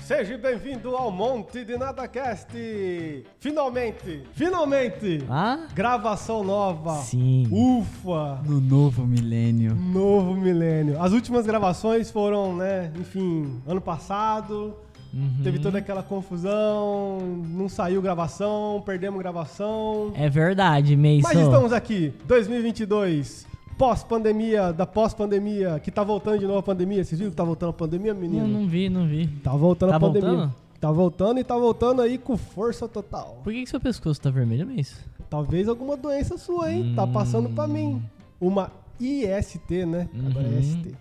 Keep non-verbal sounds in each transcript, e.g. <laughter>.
Seja bem-vindo ao Monte de NadaCast! Finalmente, finalmente, Ah? gravação nova. Sim. Ufa! No novo milênio. Novo milênio. As últimas gravações foram, né, enfim, ano passado. Uhum. Teve toda aquela confusão, não saiu gravação, perdemos gravação. É verdade, Mason. Mas estamos aqui, 2022, pós-pandemia, da pós-pandemia, que tá voltando de novo a pandemia. Vocês viram que tá voltando a pandemia, menino? Não, não vi, não vi. Tá voltando a Tá pandemia. voltando? Tá voltando e tá voltando aí com força total. Por que, que seu pescoço tá vermelho, Mason? Talvez alguma doença sua, hein? Tá passando pra mim. Uma IST, né? Agora é Hum. Uhum. ST.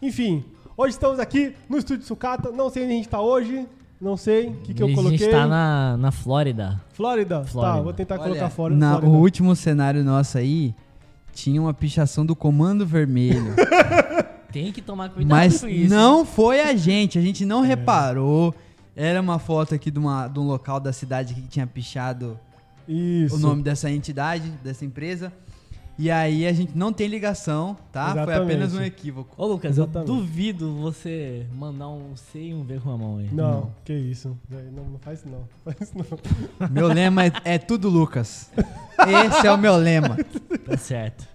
Enfim, hoje estamos aqui no Estúdio Sucata. Não sei onde a gente tá hoje. Não sei o que, que eu A coloquei. gente tá na, na Flórida. Flórida. Tá, Flórida. vou tentar Olha, colocar fora. na- o Flórida. último cenário nosso aí tinha uma pichação do <laughs> comando vermelho. Tem que tomar cuidado mas com isso. não foi a gente, a gente É. não reparou. Era uma foto aqui de, uma, de um local da cidade que tinha pichado Isso. o nome dessa entidade, dessa empresa. E aí a gente não tem ligação, tá? Foi apenas Exatamente. um equívoco. Ô, Lucas, Exatamente. eu duvido você mandar um C e um V com a mão aí. Não, que isso. Não, não faz isso não. <laughs> Faz isso não. Meu lema é, é tudo Lucas. Esse é o <laughs> meu lema. Tá certo.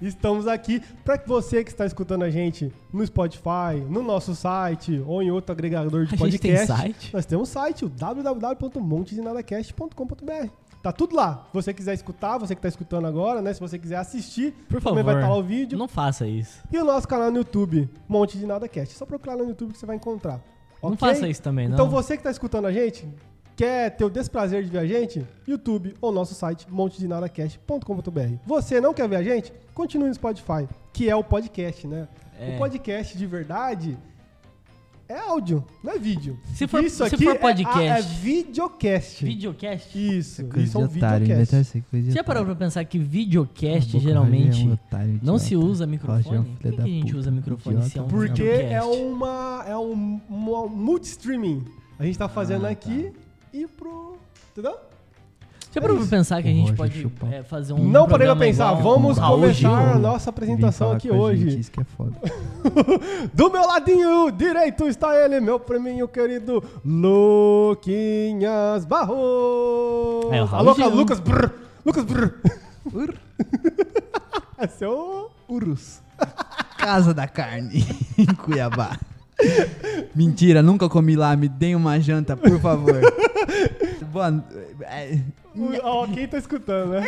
Estamos aqui para que você que está escutando a gente no Spotify, no nosso site ou em outro agregador de A gente tem podcast. site? Nós temos um site, o www.montesdenadacast.com.br. Tá tudo lá. Se você quiser escutar, você que está escutando agora, né? Se você quiser assistir, Por favor. também vai estar lá o vídeo. Não faça isso. E o nosso canal no YouTube, Monte de Nada Cast. É só procurar lá no YouTube que você vai encontrar. Não Ok? faça isso também, não. Então você que tá escutando a gente, quer ter o desprazer de ver a gente? YouTube ou nosso site montedinadacast.com.br. Você não quer ver a gente? Continue no Spotify, que é o podcast, né? É. O podcast de verdade é áudio, não é vídeo. Se for- isso se aqui for é- podcast. É, videocast. Videocast? Isso, Coisa isso é um de otário, Tá né? inventar videocast. essa coisa de Você já parou pra pensar que videocast Boca geralmente Raja é um otário, não idiota. se usa Roger é um microfone? filho Por que, que da a gente puta, usa microfone se é um idiota. Porque é videocast? uma é um, uma multi-streaming. A gente tá Ah, fazendo aqui tá. e pro, entendeu? Já parou pra pensar que a gente Roger pode chupa. é, fazer um. Não podemos programa pensar, igual vamos o Ah, Raul Gil? começar a nossa apresentação aqui hoje. isso que é foda. Do meu ladinho direito está ele, meu priminho querido Luquinhas Barros. É, o Raul Alô, cara, Gil. Lucas Brr. Lucas Brr. <laughs> Esse é o Urus. <laughs> Casa da Carne, <laughs> em Cuiabá. Mentira, nunca comi lá. Me deem uma janta, por <laughs> favor. Boa... no- é, o- ó, quem tá escutando, né?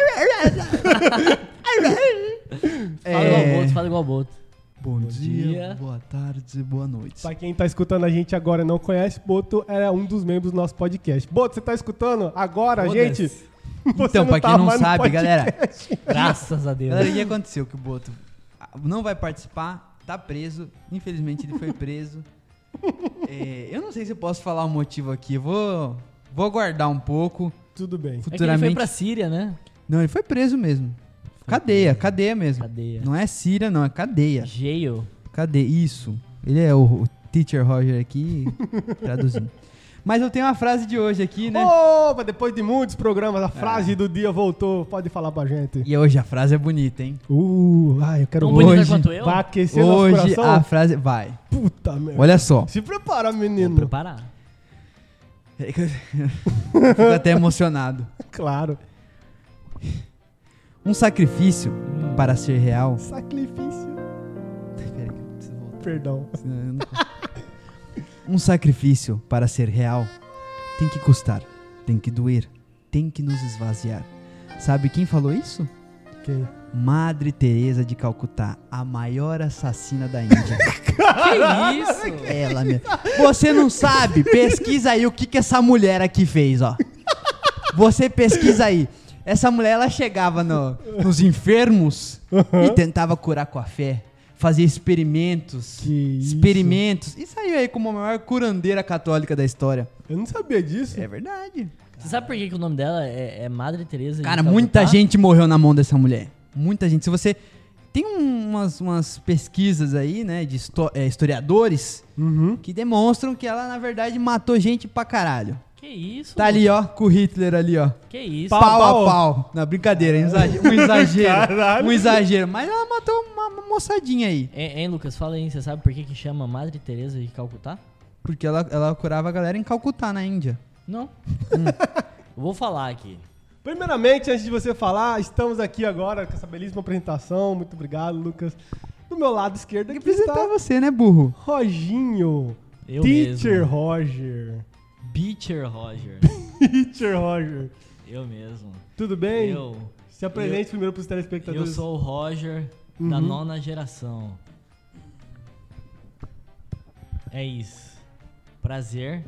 Fala igual o Boto, fala igual o Boto. é, Bom dia. dia, boa tarde, boa noite. Pra quem tá escutando a gente agora e não conhece, Boto é um dos membros do nosso podcast. Boto, você tá escutando agora, Foda-se. gente? Você Então, pra tá quem não mais no sabe, podcast. galera, Graças a Né? Deus. Galera, o que aconteceu? Que o Boto não vai participar, tá preso. Infelizmente ele foi <laughs> preso. É, eu não sei se eu posso falar o motivo aqui. eu Vou, vou aguardar um pouco. Tudo bem. É que ele foi Futuramente. pra Síria, né? Não, ele foi preso mesmo. Cadeia, cadeia mesmo. Cadeia. Não é Síria, não, é cadeia. Jail. Cadê? Isso. Ele é o o Teacher Roger aqui, <laughs> traduzindo. Mas eu tenho uma frase de hoje aqui, né? É. Opa, depois de muitos programas, a frase do dia voltou. Pode falar pra gente. E hoje a frase é bonita, hein? Uh, ai, eu quero Tão hoje. bonita hoje- quanto eu? Vai aquecer nosso Hoje coração. a frase. Vai. Puta merda. Olha <laughs> só. Se prepara, Vou menino. preparar. Fico até emocionado. Claro. Um sacrifício para ser real. Sacrifício. Peraí, que eu preciso voltar, Perdão. senão eu não consigo. Um sacrifício para ser real tem que custar, tem que doer, tem que nos esvaziar. Sabe quem falou isso? Quem? Madre Teresa de Calcutá, a maior assassina da Índia. Que isso? Ela mesmo. Você não sabe? Pesquisa aí o que, que essa mulher aqui fez, ó. Você pesquisa aí. Essa mulher, ela chegava no- nos enfermos e tentava curar com a fé. Fazia experimentos. Que isso. experimentos. E saiu aí como a maior curandeira católica da história. Eu não sabia disso. É verdade. Você sabe por que, que o nome dela é, é Madre Teresa? de Cara, Calcutá? muita gente morreu na mão dessa mulher. Muita gente. Se você. Tem umas, umas pesquisas aí, né, de histo- eh, historiadores Uhum. que demonstram que ela, na verdade, matou gente pra caralho. Que isso? Tá ali, ó, com o Hitler ali, ó. Que isso? Pau, pau. a pau. Não, brincadeira, hein? Exa- um exagero. Caralho. um exagero. Mas ela matou uma uma moçadinha aí. É, Hein, hein, Lucas, fala aí, você sabe por que, que chama Madre Teresa de Calcutá? Porque ela, ela curava a galera em Calcutá, na Índia. Não. Hum. <laughs> Eu Vou falar aqui. Primeiramente, antes de você falar, estamos aqui agora com essa belíssima apresentação. Muito obrigado, Lucas. Do meu lado esquerdo Tem que aqui está apresentar você, né, burro? Roginho. Eu Teacher mesmo. Roger. Beacher Roger. Teacher Roger. Eu mesmo. Tudo bem? Eu, Se apresente primeiro para os telespectadores. eu sou o Roger Uhum. da nona geração. É isso. Prazer.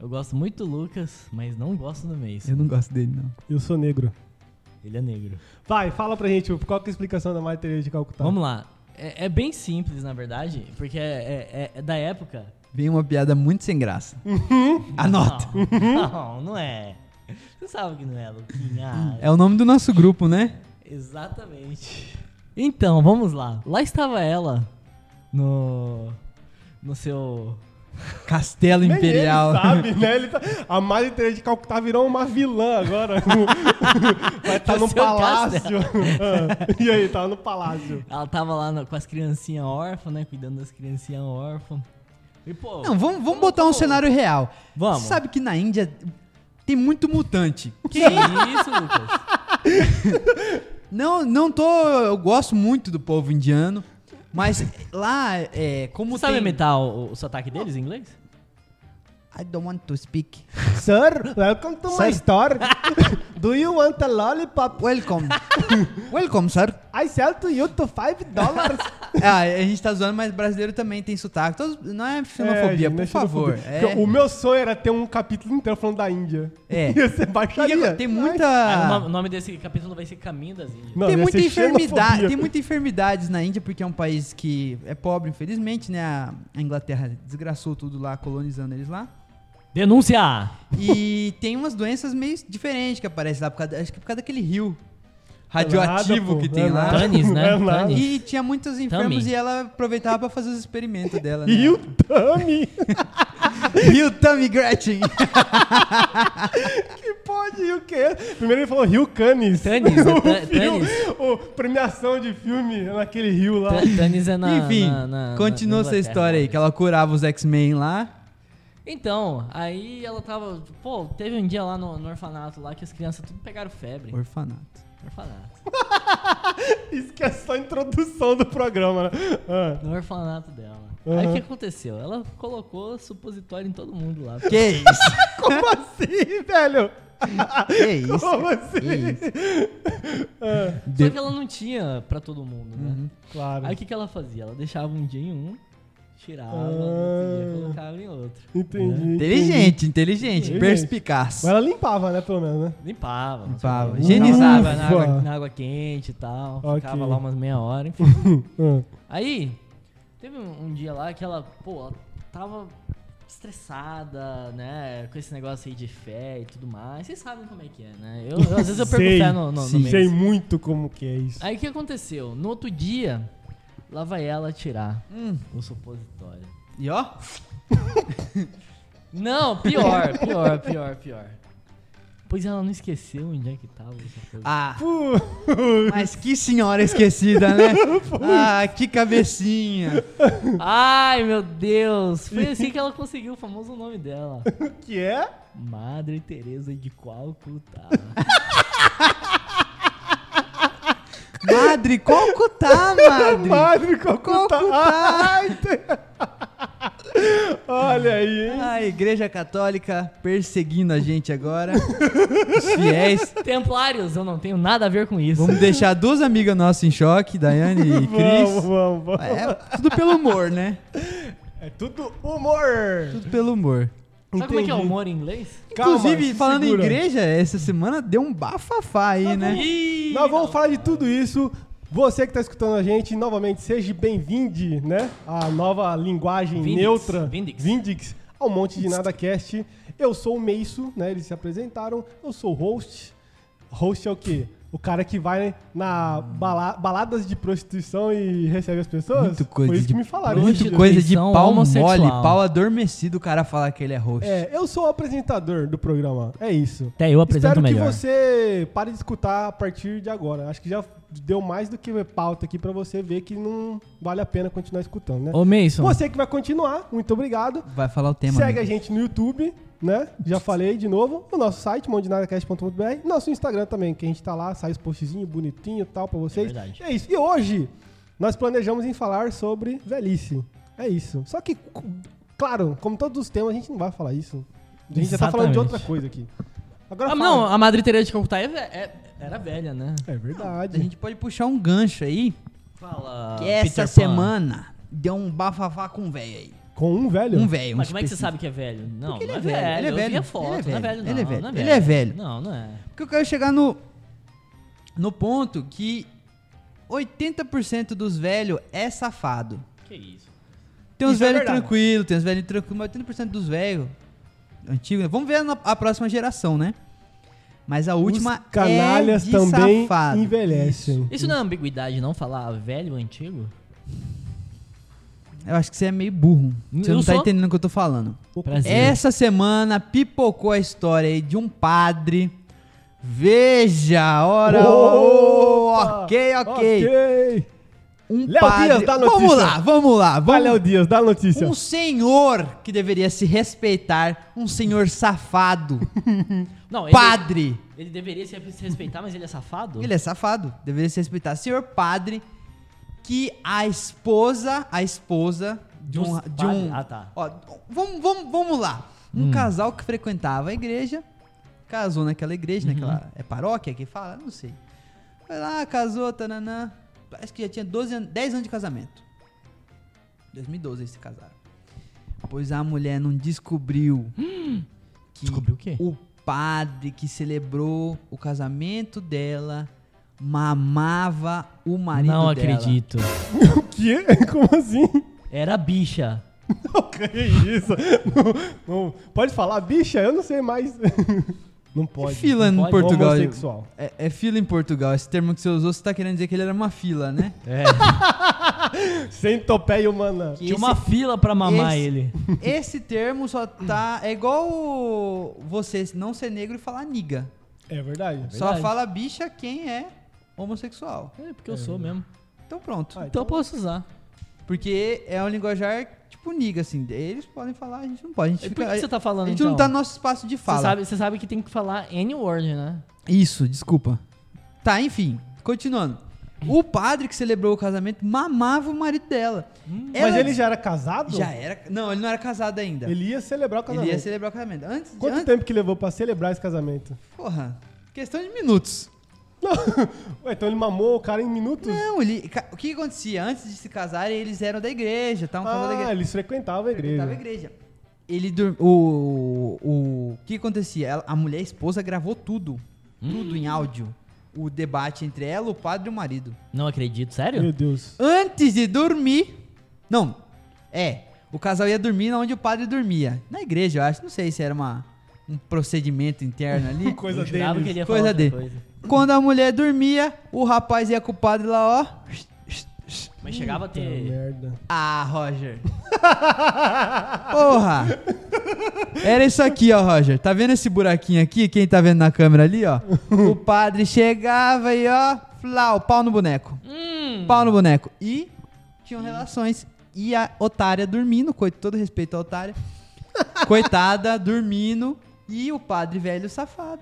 Eu gosto muito do Lucas, mas não gosto do Mason. Eu não gosto dele, não. Eu sou negro. Ele é negro. Vai, fala pra gente qual que é a explicação da Madre Teresa de Tá. Calcutá. Vamos lá. É, é bem simples, na verdade, porque é- é- é da época Vem uma piada muito sem graça. Anota. <laughs> Não, não, não é. Você sabe que não é, Luquinha. É o nome do nosso grupo, né? Exatamente. Então, vamos lá. Lá estava ela no no seu Castelo Nem Imperial. Ele sabe, né? Ele tá- A Madre Teresa de Calcutá virou uma vilã agora. <laughs> Vai estar Tá No no seu palácio. Ah, <laughs> e aí, tá no palácio. ela tava lá no- com as criancinhas órfãs, né, cuidando das criancinhas órfãs. E pô, <laughs> Não, vamos, vamos botar um cenário real. Vamos. Você sabe que na Índia tem muito mutante. que isso, Lucas? Não, não tô. Eu gosto muito do povo indiano. Mas lá, é, como Você sabe tem. imitar o, o sotaque deles em inglês? I don't want to speak. Sir, welcome to my store. <laughs> Do you want a lollipop? Welcome. <laughs> Welcome, sir. I sell to you to 5 dollars. Ah, a gente tá zoando, mas brasileiro também tem sotaque. Todos- não é É, <laughs> xenofobia, gente, não é por favor. xenofobia. É, Porque O meu sonho era ter um capítulo inteiro falando da Índia. <laughs> É. Ia ser Porque baixaria. tem Ah, o muita. nome- o nome desse capítulo vai ser Caminho das Índias. Não, tem ia muita ser enfermidade, xenofobia. tem muita enfermidades na Índia, porque é um país que é pobre, infelizmente, né? A a Inglaterra desgraçou tudo lá, colonizando eles lá. Denúncia! E tem umas doenças meio diferentes que aparecem lá, por causa, acho que por causa daquele rio É radioativo nada, que pô, tem é lá. nada. Tanis, né? É nada. Tanis. E tinha muitos enfermos Tami. e ela aproveitava pra fazer os experimentos dela. Né? E <laughs> o Tami? Rio Tami Gretchen. que pode e o que? Primeiro ele falou Rio Canis. <laughs> Tanis, <laughs> né? O Ta- filme- Tanis. o premiação de filme naquele rio lá. Tan- Tanis é <laughs> na Enfim, na- na- na- continua na essa Inglaterra, história aí, que ela curava os X-Men lá. Então, aí ela tava. Pô, teve um dia lá no, no orfanato lá que as crianças tudo pegaram febre. Orfanato. Orfanato. Isso que é só a introdução do programa, né? Ah. No orfanato dela. Aí Aham. o que aconteceu? Ela colocou supositório em todo mundo lá. Que isso? Como assim, velho? Que <laughs> isso? Como assim? Ah, Só que ela não tinha pra todo mundo, né? claro. Aí o que, que ela fazia? Ela deixava um dia em um, tirava, Ah. no outro dia colocava em outro. Entendi. entendi. Inteligente, inteligente, Inteligente. perspicaz. Mas ela limpava, né, pelo menos, né? Limpava. Limpava, Uhum. sabe? higienizava. Jogava Na né? água, Ufa. na água quente e tal. Ok. Ficava lá umas meia hora, enfim. Ah. Aí, teve um, um dia lá que ela, pô, ela tava estressada, né? Com esse negócio aí de fé e tudo mais. Vocês sabem como é que é, né? Eu, eu- às vezes eu perco Sei, fé no, no, no sim. mês. Sei muito como que é isso. Aí o que aconteceu? No outro dia, lá vai ela tirar Hum, o supositório. e ó, Não, pior, pior, pior, pior. Pois ela não esqueceu onde é que tava essa coisa. ah, Putz. mas que senhora esquecida, né? Ah, que cabecinha. Ai, meu Deus! Foi assim que ela conseguiu o famoso nome dela. que é? Madre Teresa de Calcutá. Madre, Calcutá, <laughs> madre. Madre <laughs> Calcutá. Calcutá. Ai, tem- Olha aí, hein? A igreja católica perseguindo a gente agora. Os fiéis. Templários, eu não tenho nada a ver com isso. Vamos deixar duas amigas nossas em choque, Daiane e Vamos, Cris. vamos, vamos. É tudo pelo humor, né? É tudo humor. Tudo pelo humor. Sabe como é que é o Entendi. humor em inglês? Calma, Inclusive, se falando segura. Tá em igreja, essa semana deu um bafafá aí, né? Ih, Nós vamos falar de tudo isso. Você que tá escutando a gente, novamente, seja bem-vindo, né? A nova linguagem Vindix, neutra. Vindix. Vindix. Ao Monte de Nada Cast. Eu sou o Meiso, né? Eles se apresentaram. Eu sou o host. Host é o quê? O cara que vai na bala- baladas de prostituição e recebe as pessoas? Muito coisa Foi isso que de- me falaram. né, muito esses dias. Coisa de Prostituição pau homossexual. mole, pau adormecido o cara falar que ele é host. É, eu sou o apresentador do programa. É isso. Até eu apresento Espero melhor. que você pare de escutar a partir de agora. Acho que já deu mais do que pauta aqui pra você ver que não vale a pena continuar escutando, né? Ô, Mason. Você que vai continuar, muito obrigado. Vai falar o tema. Segue amigo. a gente no YouTube, né? Já falei de novo. O nosso site, mondinadacast.br. Nosso Instagram também, que a gente tá lá, sai os postzinhos bonitinho e tal pra vocês. É verdade. é isso. E hoje, nós planejamos em falar sobre velhice. É isso. Só que, cu- claro, como todos os temas, a gente não vai falar isso. A gente já tá falando de outra Exatamente. coisa aqui. Agora Ah, fala. não, a Madre Teresa de Calcutá é ve- é- era velha, né? É A verdade. gente pode puxar um gancho aí. Fala. que essa Peter Pan. semana deu um bafafá com um velho aí. Com um velho. Um velho. Mas um como é que você específico. sabe que é velho? Não, Porque ele não é velho, ele é Eu velho, vi a foto, ele é não é velho, velho, ele é não, velho, não ele é velho. Não, não é. Porque eu quero chegar no. No ponto que 80% dos velhos é safado. Que isso. Tem uns Isso é velhos verdade. tranquilos, tem uns velhos tranquilos, mas 80% dos velhos antigos. né? Vamos ver na- a próxima geração, né? Mas a última Os canalhas é de também safado. envelhecem. Isso não é ambiguidade não falar velho antigo? Eu acho que você é meio burro. Você Eu não tá sou? entendendo o que eu tô falando. Prazer. Essa semana pipocou a história aí de um padre. Veja, ora, ô, Opa! ok, ok. é, Ok. Um Léo padre. Dias, dá a vamos notícia. lá, vamos lá, Vai, vamos Léo Dias, dá a notícia. Um senhor que deveria se respeitar, um senhor safado, Não, <laughs> ele, padre. ele deveria se se respeitar, mas ele é safado? Ele é safado, deveria se respeitar. Senhor padre, que a esposa, a esposa de Dos um. De um padres? Ah, tá. ó, vamos, vamos, vamos lá. Um Hum. casal que frequentava a igreja, casou naquela igreja, Uhum. naquela. É paróquia que fala? Não sei. Foi lá, casou, tananã. Parece que já tinha 12 anos, 10 anos de casamento. 2012 eles se casaram. Pois a mulher <gasps> não descobriu. que Descobriu o quê? O padre que celebrou o casamento dela mamava o marido Não dela. acredito. O quê? <laughs> Como assim? Era bicha. Que isso? Não, não- Pode falar, bicha? Eu não sei mais. <laughs> Não É pode. fila em não pode. Portugal. Homossexual. É, é fila em Portugal. Esse termo que você usou, você tá querendo dizer que ele era uma fila, <laughs> né? É. Sem topé humana. <laughs> Tinha uma fila pra mamar esse- ele. Esse termo só tá. É igual o- você não ser negro e falar niga. É verdade. Só Verdade. fala bicha quem é homossexual. É porque eu sou mesmo. Então pronto. Ah, Então eu posso usar. Porque é um linguajar tipo niga, assim. Eles podem falar, a gente não pode. A gente, E fica- por que você tá a falando gente então? não tá no nosso espaço de fala. Você sabe, você sabe que tem que falar N-word, né? Isso, desculpa. Tá, enfim, continuando. O padre que celebrou o casamento mamava o marido dela. Hum. Mas Ela é ele já era casado? já era. Não, ele não era casado ainda. Ele, Ele ia celebrar o casamento. ia celebrar o casamento. Antes, Quanto antes tempo que levou pra celebrar esse casamento? <laughs> porra, questão de minutos. Não. Ué, então ele mamou o cara em minutos? Não, ele, ca- o que acontecia? Antes de se casarem, eles eram da igreja, tá? Um casal da ah, igreja. eles frequentavam a igreja. Frequentava a igreja. Ele dur- o, o, o que acontecia? Ela- a mulher, a esposa, gravou tudo. Tudo em áudio. O debate entre ela, o padre e o marido. Não acredito, Meu sério? Deus. antes de dormir. Não, é. O casal ia dormir onde o padre dormia. Na igreja, eu acho. Não sei se era uma, um procedimento <laughs> interno ali. Coisa eu jurava deles. que ele ia Coisa falar outra dele. coisa. Quando a mulher dormia, o rapaz ia com o padre lá, ó. Mas chegava a Puta ter... merda. Ah, <laughs> Roger. Porra! Era isso aqui, ó, Roger. Tá vendo esse buraquinho aqui? Quem tá vendo na câmera ali, ó? O padre chegava e, ó, flau, pau no boneco. Hum, Pau no boneco. E tinham relações. E a otária dormindo, com todo respeito à otária. Coitada, dormindo. E o padre velho safado.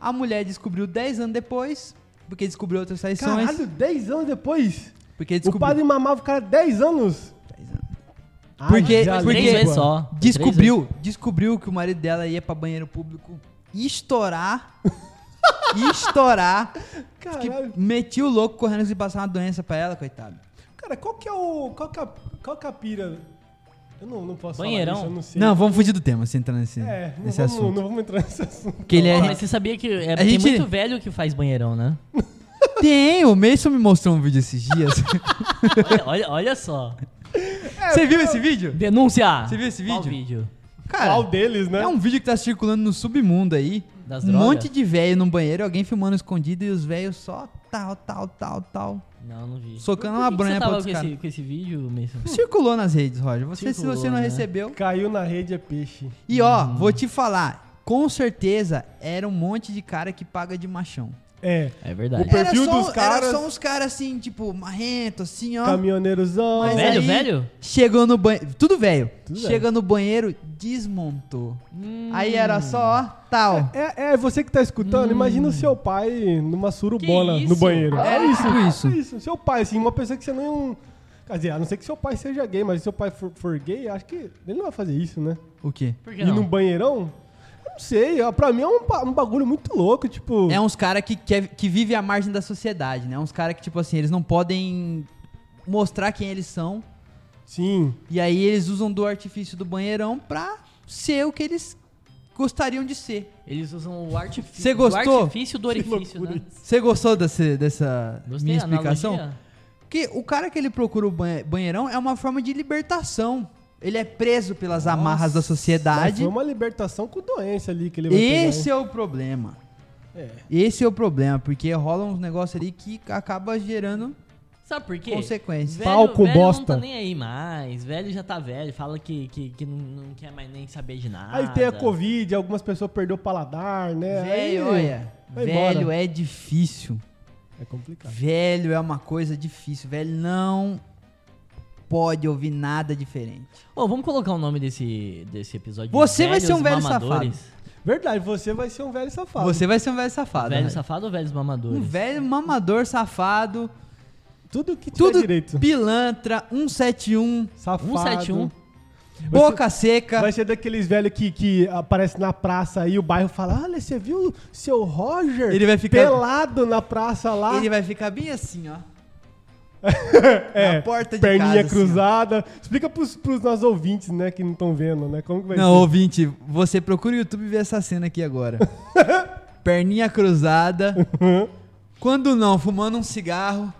A mulher descobriu 10 anos depois, porque descobriu outras traições. Caralho, 10 anos depois? Porque O descobriu. padre mamava o cara 10 anos? 10 anos. Ah, Porque- já Três porque- vezes só. Três Descobriu, descobriu que o marido dela ia pra banheiro público estourar. <laughs> estourar. Que Caralho. metia o louco correndo de passar uma doença pra ela, coitado. Cara, qual que é o. Qual que é, qual que é a pira? Eu não, não posso Banheirão. falar isso, eu não sei. Não, vamos fugir do tema, se entrar nesse, é, não nesse vamos, assunto. não vamos entrar nesse assunto. Que ele é- vezes. Mas você sabia que é, A tem gente- muito velho que faz banheirão, né? Tem, o Mason me mostrou um vídeo esses <laughs> dias. <laughs> Olha, olha, olha só. Você viu esse vídeo? É, Denúncia! Você viu esse Qual vídeo? vídeo? Cara, Qual deles, né? é um vídeo que tá circulando no submundo aí. Das um drogas? monte de velho no banheiro, alguém filmando escondido e os velhos só tal, tal, tal, tal. Não, não vi. Socando Por uma que que bronha você pra tava outros com caras. esse, com esse vídeo, Mason? Circulou nas redes, Roger. Você, se você Circulou, não né? recebeu. Caiu na rede é peixe. E ó, Hum. vou te falar, com certeza era um monte de cara que paga de machão. É. É verdade. O per- perfil era só, dos caras- Era só uns caras assim, tipo, marrento, assim, ó. Caminhoneirozão. Mas velho, aí- velho? Chegou no banheiro. Tudo velho. Tudo Hum. Chega no banheiro, desmontou. Aí era só, ó, tal. É, é, você que tá Hum. escutando, imagina o seu pai numa surubona Que isso? no banheiro. É tipo isso. É isso, seu pai, assim, uma pessoa que você não. Quer dizer, a não ser que seu pai seja gay, mas se seu pai for, for gay, acho que ele não vai fazer isso, né? O quê? Por que Ir num não? banheirão? Eu não sei, ó, pra mim é um, ba- um bagulho muito louco, tipo. É uns caras que, quer, que vive à margem da sociedade, né? Uns caras que, tipo assim, eles não podem mostrar quem eles são. Sim. E aí eles usam do artifício do banheirão pra ser o que eles gostariam de ser. Eles usam o artifício. Você gostou? O artifício do orifício, né? Você gostou desse- dessa Gostei a minha explicação? analogia. Porque o cara que ele procura o banhe- banheirão é uma forma de libertação. Ele é preso pelas amarras da Mas sociedade. foi uma libertação com doença ali que ele vai pegar, Esse é o problema. É. Esse é o problema, porque rola uns negócios ali que acaba gerando Sabe por quê? consequências. Velho- Palco velho não bosta. tá nem aí mais. Velho já tá velho. Fala que, que, que não, não quer mais nem saber de nada. Aí tem a Covid, algumas pessoas perderam o paladar, né? Aí- Velho, olha, vai velho embora. é difícil. É complicado. Velho é uma coisa difícil. Velho não pode ouvir nada diferente. Ô, vamos colocar o nome desse, desse episódio. Você vai ser um Velhos velho safado. Mamadores? Verdade, você vai ser um velho safado. Você vai ser um velho safado. Velho né? safado ou velhos mamadores? Um velho mamador safado, Tudo que tudo tudo tá um direito. pilantra, 171, Safado. 171. boca seca. Vai ser daqueles velhos que, que aparece na praça aí, o bairro fala: Olha, você viu seu Roger Ele vai ficar- pelado na praça lá, Ele vai ficar bem assim, ó. <laughs> é, na porta de perninha casa, assim, ó. cruzada. Explica pros, pros nossos ouvintes, né, que não estão vendo, né? Como que vai Não, ser? ouvinte, você procura o YouTube e vê essa cena <laughs> aqui agora. Perninha cruzada. Uhum. Quando não, fumando um cigarro.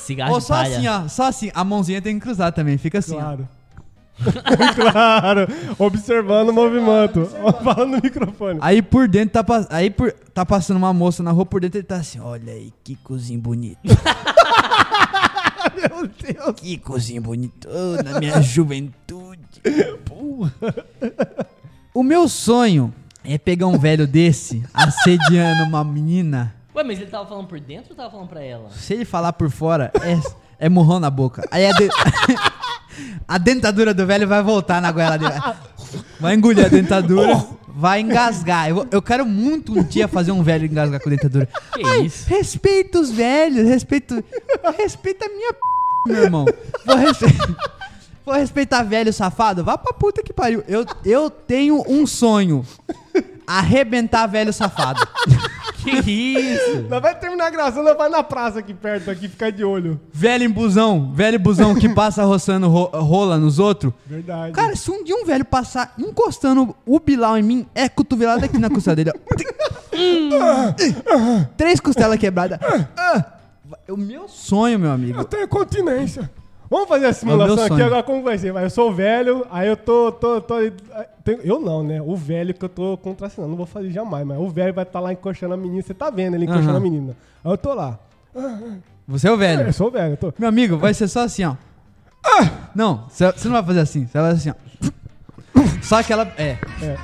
Cigarro Ou de só palha. assim, ó. Só assim. A mãozinha tem que cruzar também. Fica assim. ó. Claro. <laughs> claro. Observando o movimento. <laughs> Falando no microfone. Aí por dentro tá, pa- aí por- tá passando uma moça na rua, por dentro ele tá assim, olha aí, que cozinho bonito. Meu Deus. Que cozinho bonito na minha juventude. O meu sonho é pegar um velho desse assediando uma menina. Ué, mas ele tava falando por dentro ou tava falando pra ela? Se ele falar por fora, é, é murrão na boca. Aí a, de- <laughs> a dentadura do velho vai voltar na goela dele. Vai engolir a dentadura, vai engasgar. Eu, eu quero muito um dia fazer um velho engasgar com a dentadura. Que isso? Respeita os velhos, respeito, respeita a minha p, meu irmão. Vou, respe- <laughs> Vou respeitar velho safado? Vá pra puta que pariu. Eu, eu tenho um sonho: arrebentar velho safado. <laughs> Que isso? Nós vai terminar a gravação, nós vai na praça aqui perto, aqui, ficar de olho. Velho em busão, velho busão que passa roçando ro- rola nos outros. Verdade. Cara, se um dia um velho passar encostando o Bilal em mim, é cotovelada aqui na costela dele. ó. Hum. Três costelas quebradas. Ah. O meu sonho, meu Eu amigo. tenho continência. Vamos fazer a simulação É meu aqui sonho. agora como vai ser. Vai, eu sou velho, aí eu tô, tô, tô- tenho- Eu não, né? O velho que eu tô contracenando, não vou fazer jamais, mas o velho vai estar lá encoxando a menina, você tá vendo ele encoxando Aham. a menina. Aí eu tô lá. Você é o É, Ah! velho. Eu sou velho, eu tô. Meu amigo, vai ser só assim, ó. Não, você você não vai fazer assim. Você vai fazer assim, ó. Só que ela. É. É.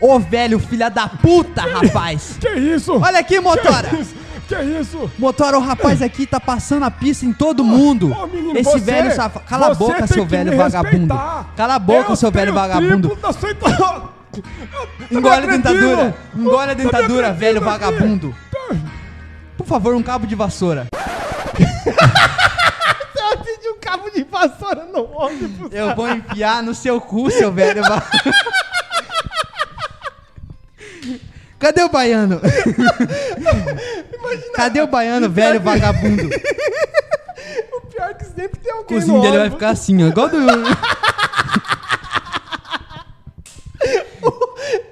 Ô velho, filha da puta, rapaz! Que isso? Olha aqui, motora! Que isso? Que isso? Motora, o rapaz aqui tá passando a pista em todo mundo. Ô, Ah, menino, Esse você- velho safa... Cala a você boca, tem seu que velho me vagabundo. respeitar. Cala a boca, Eu seu velho tenho tipo, vagabundo. triplo da sua idade. <laughs> Eu tô Engole a me agredindo. dentadura. Engole a Tá me dentadura, velho agredindo aqui. vagabundo. Tá. Por favor, um cabo de vassoura. Você atinge um cabo de vassoura no ônibus. Eu vou enfiar no seu cu, seu velho vagabundo. Cadê o baiano? Cadê o baiano, velho vagabundo? O pior é que sempre tem alguém cozinho no dele vai ônibus. ficar assim, ó. Igual do. <laughs>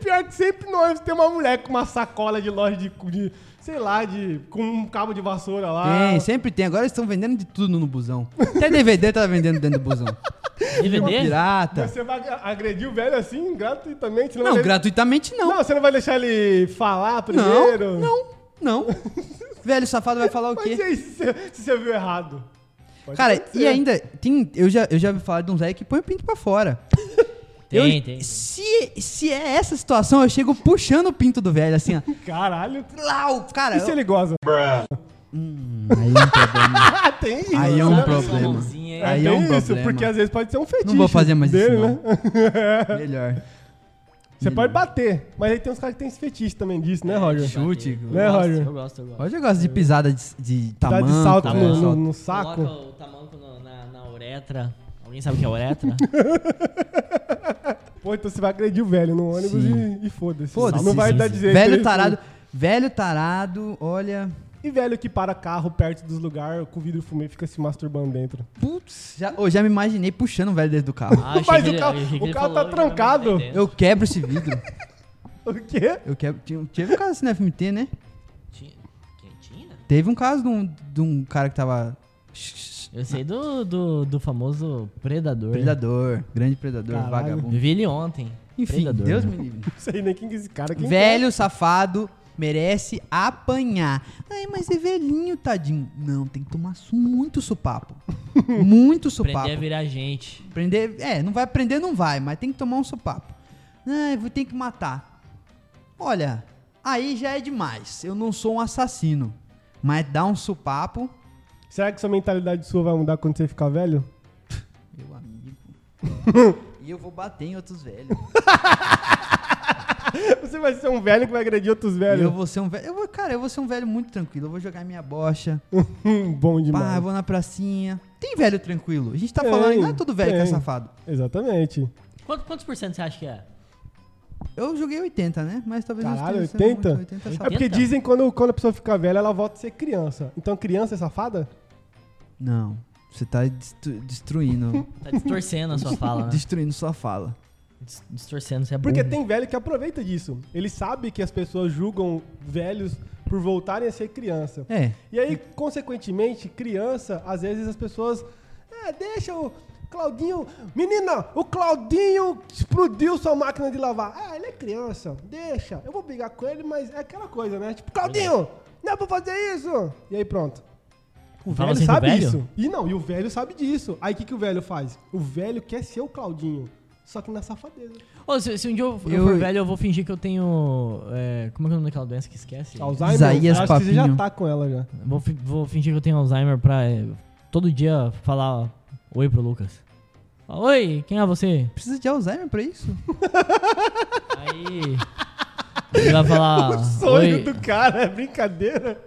Pior que sempre no ônibus tem uma mulher com uma sacola de loja de, de sei lá, de com um cabo de vassoura lá. Tem, sempre tem. Agora eles estão vendendo de tudo no busão. Até DVD tá vendendo dentro do busão. DVD? Pirata. Você vai agredir o velho assim, gratuitamente? Não, vai- gratuitamente não. Não, você não vai deixar ele falar primeiro? Não, não, não. Velho safado vai falar o Mas e quê? aí, se você, se você viu errado? Pode Cara, e acontecer. ainda, tem, eu, já, eu já ouvi falar de um Zé que põe o pinto pra fora. Tem, Eu- tem. Se, se é essa situação, eu chego puxando o pinto do velho, assim, ó. Caralho. Lau, cara, E se eu- ele goza? aí é um problema. Ah, <laughs> tem isso. Aí é um né? Sua problema. mãozinha aí. É, Aí tem é um isso, problema. porque às vezes pode ser um fetiche. Não vou fazer mais dele, isso, né? <laughs> não. Melhor. Você pode bater, mas aí tem uns caras que tem esse fetiche também disso, é né, Roger? Chute. Eu Né, gosto, Roger? Eu gosto, eu gosto. Hoje eu gosto de pisada de, de Tá tamanco. de salto né? no, no- Salto. no saco. Coloca o tamanco no- na, na uretra. Alguém sabe o que é <laughs> uretra? Pô, então você vai agredir o velho no ônibus Sim. e, e foda-se. Foda-se, Não vai sim, dar sim. dizer. Velho tarado. Velho tarado, olha. E velho que para carro perto dos lugares com o vidro fumê e fica se masturbando dentro. <laughs> Putz, já, eu já me imaginei puxando um velho dentro do carro. Ah, é. achei Mas que o ele- carro- achei que o ele carro falou, tá eu já não trancado. tava entendendo. Eu quebro esse vidro. O quê? Eu quebro. Tinha, teve um caso assim na FMT, né? Tinha- quem tinha? Teve um caso de um, de um cara que tava. Eu sei do, do, do famoso Predador. Predador, grande predador, Caralho. vagabundo. Vi ele ontem. Enfim, Predador. Deus me livre. Não sei nem quem que é esse cara. Quem <laughs> Velho safado merece apanhar. Ai, mas é velhinho, tadinho. Não, tem que tomar su- muito <laughs> supapo. Muito supapo. Aprender a virar gente. Prender, é, não vai prender, não vai, mas tem que tomar um sopapo. Ah, vou ter que matar. Olha, aí já é demais. Eu não sou um assassino. Mas dá um sopapo. que é? Será que sua mentalidade sua vai mudar quando você ficar <laughs> velho? Meu <laughs> amigo. e eu vou bater em outros velhos. Você vai ser um velho que vai agredir outros E eu velhos. vou ser um velho. Eu vou, cara, eu vou ser um velho muito tranquilo. Eu vou jogar minha bocha. Hum, Bom Pá, eu demais. vou na pracinha. Tem velho tranquilo. A gente tá Tem, falando, não é todo velho que é tem. safado. Exatamente. Quanto- quantos por cento você acha que é? Eu joguei 80, né? Mas talvez Caralho, eu esteja sendo 80? muito, 80 é É safado. porque dizem que quando, quando a pessoa fica velha, ela volta a ser criança. Então criança é safada? Não, você tá destru- <laughs> destruindo. Tá distorcendo a <laughs> sua fala, né? destruindo sua fala. Dis- Distorcendo, você é burro. Uhum. Porque tem velho que aproveita disso. Ele sabe que as pessoas julgam velhos por voltarem a ser criança. É. E aí, consequentemente, criança, às vezes as pessoas. É, deixa o Claudinho. Menina, o Claudinho explodiu sua máquina de lavar. Ah, ele é criança, deixa. Eu vou brigar com ele, mas é aquela coisa, né? Tipo, Claudinho, não é pra fazer isso. E aí, pronto. O Fala velho assim pro sabe velho? isso. E não, e o velho sabe disso. Aí o que, que o velho faz? O velho quer ser o Claudinho, só que na safadeza. Ô, se, se um dia eu, eu Eu- for velho, eu vou fingir que eu tenho. é, como é que é o nome daquela doença que esquece? Alzheimer, Isaías acho que você já Papinho. tá com ela já. Vou, fi- vou fingir que eu tenho Alzheimer pra é, todo dia falar oi pro Lucas. Fala, oi, quem é você? Precisa de Alzheimer pra isso? Aí. Ele <laughs> vai falar. Sonho oi. do cara, é brincadeira.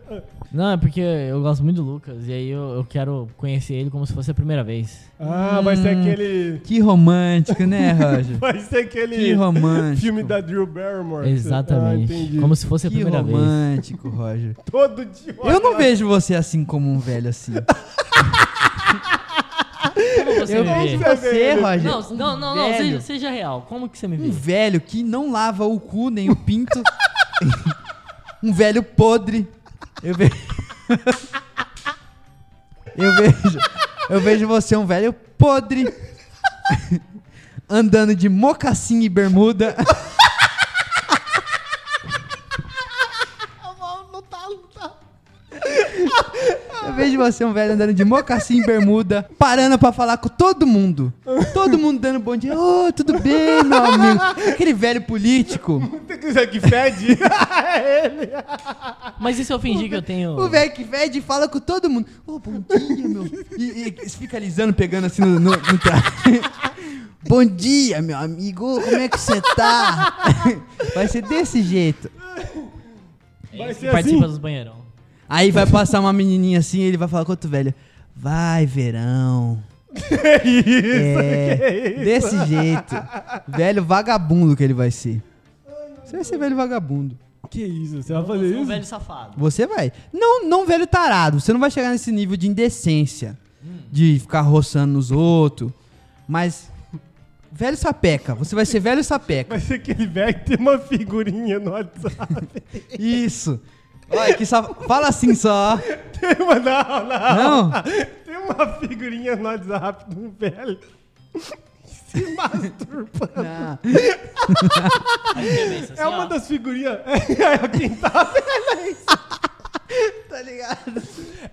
Não, é porque eu gosto muito do Lucas e aí eu, eu quero conhecer ele como se fosse a primeira vez. Ah, vai Hum. ser aquele. Que romântico, <laughs> né, Roger? Vai ser aquele. que romântico. é Filme da Drew Barrymore. Exatamente. Ah, entendi. como se fosse a que primeira vez. romântico, Roger. Todo dia. Eu não vejo você assim como um velho assim. Como você Eu me vê? vejo vê. você, Roger. Não, um não, não, não, velho, seja, seja real. Como que você me Um vê? <laughs> velho que não lava o cu nem o pinto. <laughs> um velho podre. Eu vejo. <laughs> eu vejo. Eu vejo você um velho podre. <laughs> andando de mocassim e bermuda. <laughs> Eu vejo você, um velho, andando de mocassim e bermuda, parando pra falar com todo mundo. Todo mundo dando bom dia. Ô, tudo bem, meu amigo? Aquele velho político. Isso aqui <laughs> fede. É ele. Mas e se eu fingir que eu tenho. O velho é que fede e fala com todo mundo. Ô, bom dia, meu. E, e fica alisando, pegando assim no, no, no traje. <laughs> Bom dia, meu amigo. Ô, Como é que você tá? <laughs> Vai ser desse jeito. Vai que ser assim. participa dos banheirão. Aí vai passar uma menininha assim, ele vai falar com outro velho. Vai, verão. <laughs> Isso. É, desse jeito. Velho vagabundo que ele vai ser. Você vai ser velho vagabundo. Que isso? Você vai Eu fazer sou um isso? velho safado. Você vai. Não, não velho tarado. Você não vai chegar nesse nível de indecência. De ficar roçando nos outros. Mas. Velho sapeca. Você vai ser velho sapeca. Vai ser aquele velho que tem uma figurinha no <laughs> WhatsApp. Isso. Olha, que sa- Fala assim só. Tem uma, não, não. Não? Tem uma figurinha no WhatsApp do um velho. se masturba. Não. Assim, assim, É uma das figurinhas. <laughs> É a quinta. Tá ligado?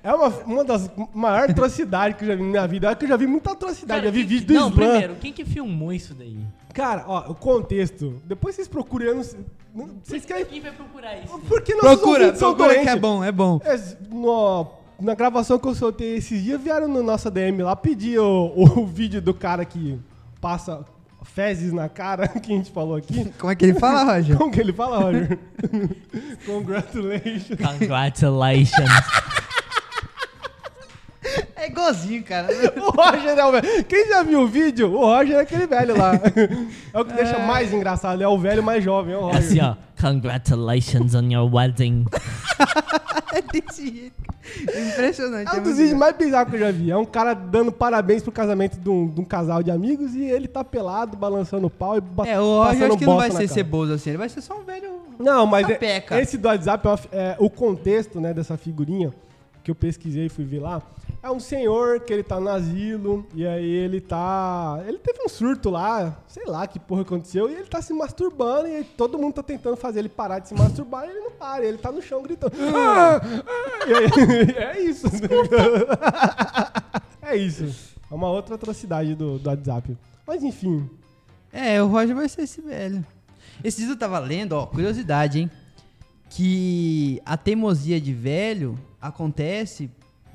É uma, uma das maiores atrocidades que eu já vi na minha vida. É que eu já vi muita atrocidade. Cara, já vi quem- vídeo do Não, Slam. primeiro, quem que filmou isso daí? Cara, ó, o contexto. Depois vocês procuram. eu não sei- não- Vocês querem. Quem vai procurar isso? Porque nossos Procura, ouvintes são procura que é doentes. bom, é bom. É, no- na gravação que eu soltei esses dias, vieram na nossa DM lá pedir o, o vídeo do cara que passa fezes na cara, <laughs> que a gente falou aqui. Como é que ele fala, <laughs> Roger? Como que ele fala, <laughs> Roger? Congratulations. <laughs> Congratulations. É igualzinho, cara. O Roger é o velho. Quem já viu o vídeo? O Roger é aquele velho lá. É o que deixa mais engraçado. É o velho mais jovem, é o Roger. assim, Assim, ó. Congratulations on your wedding. É desse jeito. Impressionante. É um muito dos vídeos mais bizarros que eu já vi. É um cara dando parabéns pro casamento de um, de um casal de amigos e ele tá pelado, balançando o pau e ba- É, o Roger passando acho que não bosta vai na ser cara. ceboso assim, ele vai ser só um velho. Não, mas é- Sapeca. esse do WhatsApp, é uma fi- é, o contexto né, dessa figurinha que eu pesquisei e fui ver lá, é um senhor que ele tá no asilo e aí ele tá... Ele teve um surto lá, sei lá que porra aconteceu, e ele tá se masturbando e aí todo mundo tá tentando fazer ele parar de se masturbar e ele não para, e ele tá no chão gritando. "Ah, ah", e aí- <laughs> é isso. é isso. É uma outra atrocidade do, do WhatsApp. Mas enfim, É, o Roger vai ser esse velho. Esses dias eu tava lendo, ó, curiosidade, hein? Que a teimosia de velho acontece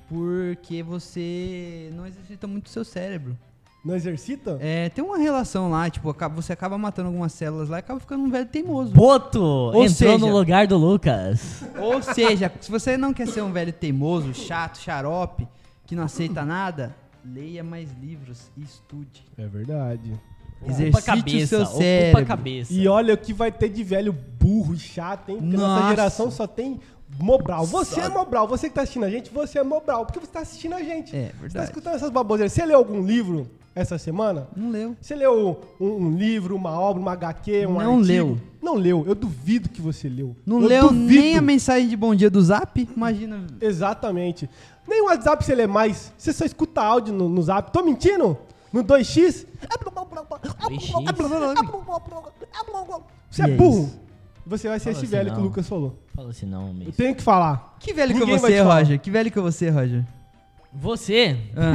porque você não exercita muito o seu cérebro. não exercita? É, tem uma relação lá, tipo, acaba- você acaba matando algumas células lá e acaba ficando um velho teimoso. Boto Ou entrou no seja- lugar do Lucas. Ou seja, se você não quer ser um velho teimoso, chato, xarope, que não aceita nada, leia mais livros e estude. É verdade. Exercite o seu ocupa a cérebro. cabeça. E olha o que vai ter de velho burro e chato, hein? Porque nossa Nossa. geração só tem Mobral. Você é Mobral. Você que tá assistindo a gente, você é Mobral. Porque você tá assistindo a gente. Você É, tá verdade. escutando essas baboseiras. Você leu algum livro essa semana? Não leu. Você leu um, um livro, uma obra, uma HQ, um Não artigo? leu. Não leu. Eu duvido que você leu. Não Eu leu duvido. nem a mensagem de bom dia do zap? Imagina. Exatamente. Nem o WhatsApp você lê mais. Você só escuta áudio no, no Zap. Tô mentindo? No 2x? Você E é é burro. isso. Você vai ser Fala esse assim, velho que o não. Lucas falou. Fala assim, não, Eu mesmo. tenho que falar. Que velho que Ninguém vai você te é, <laughs> falar. Roger. Que velho que você é, Roger. Você, Ah,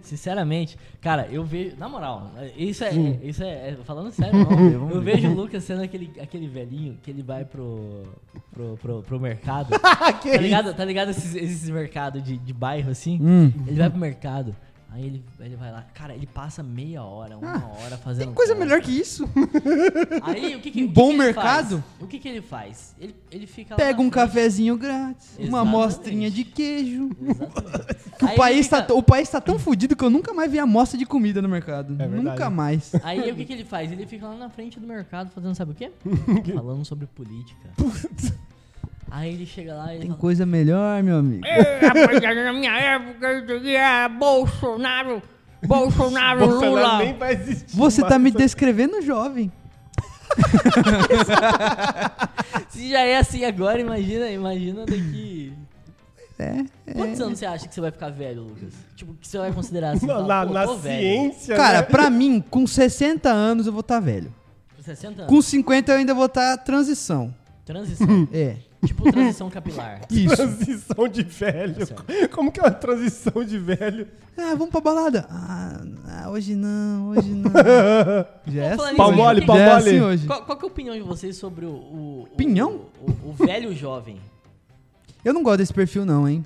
sinceramente, cara, eu vejo. Na moral, isso é. Isso é, é- falando sério, <laughs> não, eu vejo o Lucas sendo aquele, aquele velhinho que ele vai pro. pro, pro, pro <laughs> mercado. Ah, que tá ligado? Tá ligado esses, esses mercados de, de bairro assim? Hum. Ele vai pro mercado. Aí ele, ele vai lá, cara, ele passa meia hora, uma hora fazendo. Ah, tem coisa compra. melhor que isso. Aí o que, que, Um o que bom que ele mercado? faz? O que, que ele faz? Ele, ele fica lá Pega na um frente. cafezinho grátis, uma Exatamente. amostrinha de queijo. Exatamente. Que Aí o, país ele fica- tá, t- o país tá tão fudido que eu nunca mais vi amostra de comida no mercado. É verdade. nunca mais. Aí o que, que ele faz? Ele fica lá na frente do mercado fazendo sabe o quê? Falando sobre política. Aí ele chega lá e Tem fala, coisa melhor, meu amigo. <laughs> Na minha época, isso aqui é Bolsonaro, Bolsonaro, Bolsonaro Lula. nem vai existir. Você mais. tá me descrevendo jovem. se já é assim agora, imagina, imagina daqui. É. Quantos anos você acha que você vai ficar velho, Lucas? Tipo, que você vai considerar assim? Na, fala, na- "Pô, na tô velho." ciência. Cara, né? pra mim, com 60 anos eu vou estar velho. Com 60 anos. Com 50 eu ainda vou estar transição. <laughs> Transição. É. tipo, transição capilar. Isso. Transição de velho. Tá Como que é uma transição de velho? <laughs> Ah, vamos pra balada. Ah, ah, hoje não, hoje não. Já é Vamos falar assim. nisso. Palmole, hoje. Já é Já é assim palmole. hoje. Qual, qual que é a opinião de vocês sobre o. o- o- Opinião? o- o velho jovem. Eu não gosto desse perfil, não, hein?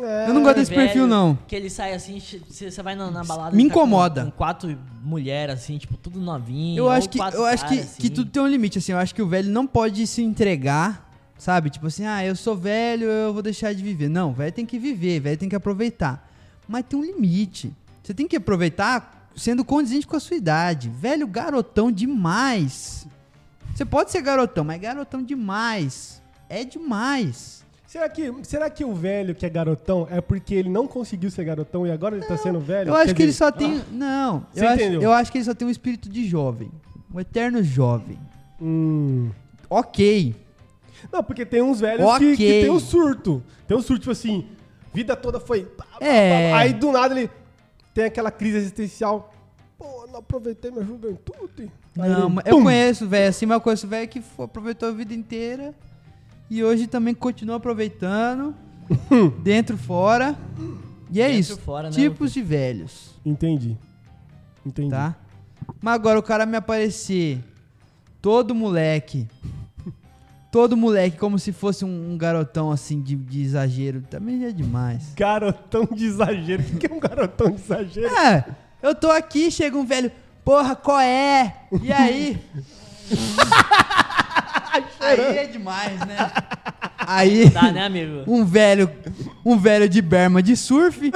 É. Eu não gosto desse Velho, perfil, não. Que ele sai assim, você vai na, na balada. Me ele tá com- incomoda. com, quatro mulheres, assim, tipo, tudo novinho. Eu ou acho que, quatro eu acho que, caras, que assim. tudo tem um limite, assim. Eu acho que o velho não pode se entregar, sabe? Tipo assim, ah, eu sou velho, eu vou deixar de viver. Não, velho tem que viver, velho tem que aproveitar. Mas tem um limite. Você tem que aproveitar sendo condizente com a sua idade. Velho garotão demais. Você pode ser garotão, mas garotão demais. É demais. Será que, será que o velho que é garotão é porque ele não conseguiu ser garotão e agora ele tá sendo velho? Eu acho Quer que ele dizer, Ah, só tem. Não, Você eu acho, entendeu? eu acho que ele só tem um espírito de jovem. Um eterno jovem. Hum. Ok. Não, porque tem uns velhos que, Ok. que tem um surto. Tem um surto, tipo assim, vida toda foi. pá, pá, É. pá. Aí do nada ele tem aquela crise existencial. Pô, não aproveitei minha juventude. Aí Não, ele, mas eu pum, conheço, velho, assim, mas eu conheço velho que fo- aproveitou a vida inteira e hoje também continua aproveitando, dentro, fora. E é Dentro, isso, fora, né, tipos de velhos, Entendi. Entendi. tá? Mas agora o cara me aparecer, todo moleque, todo moleque como se fosse um, um garotão, assim, de, de exagero, também é demais. Garotão de exagero. O que é um garotão de <laughs> exagero? É, eu tô aqui, chega um velho, porra, qual é? E aí? <laughs> aí é demais, né? Aí, Tá, né, <laughs> amigo? um velho, um velho de berma de <laughs> surf,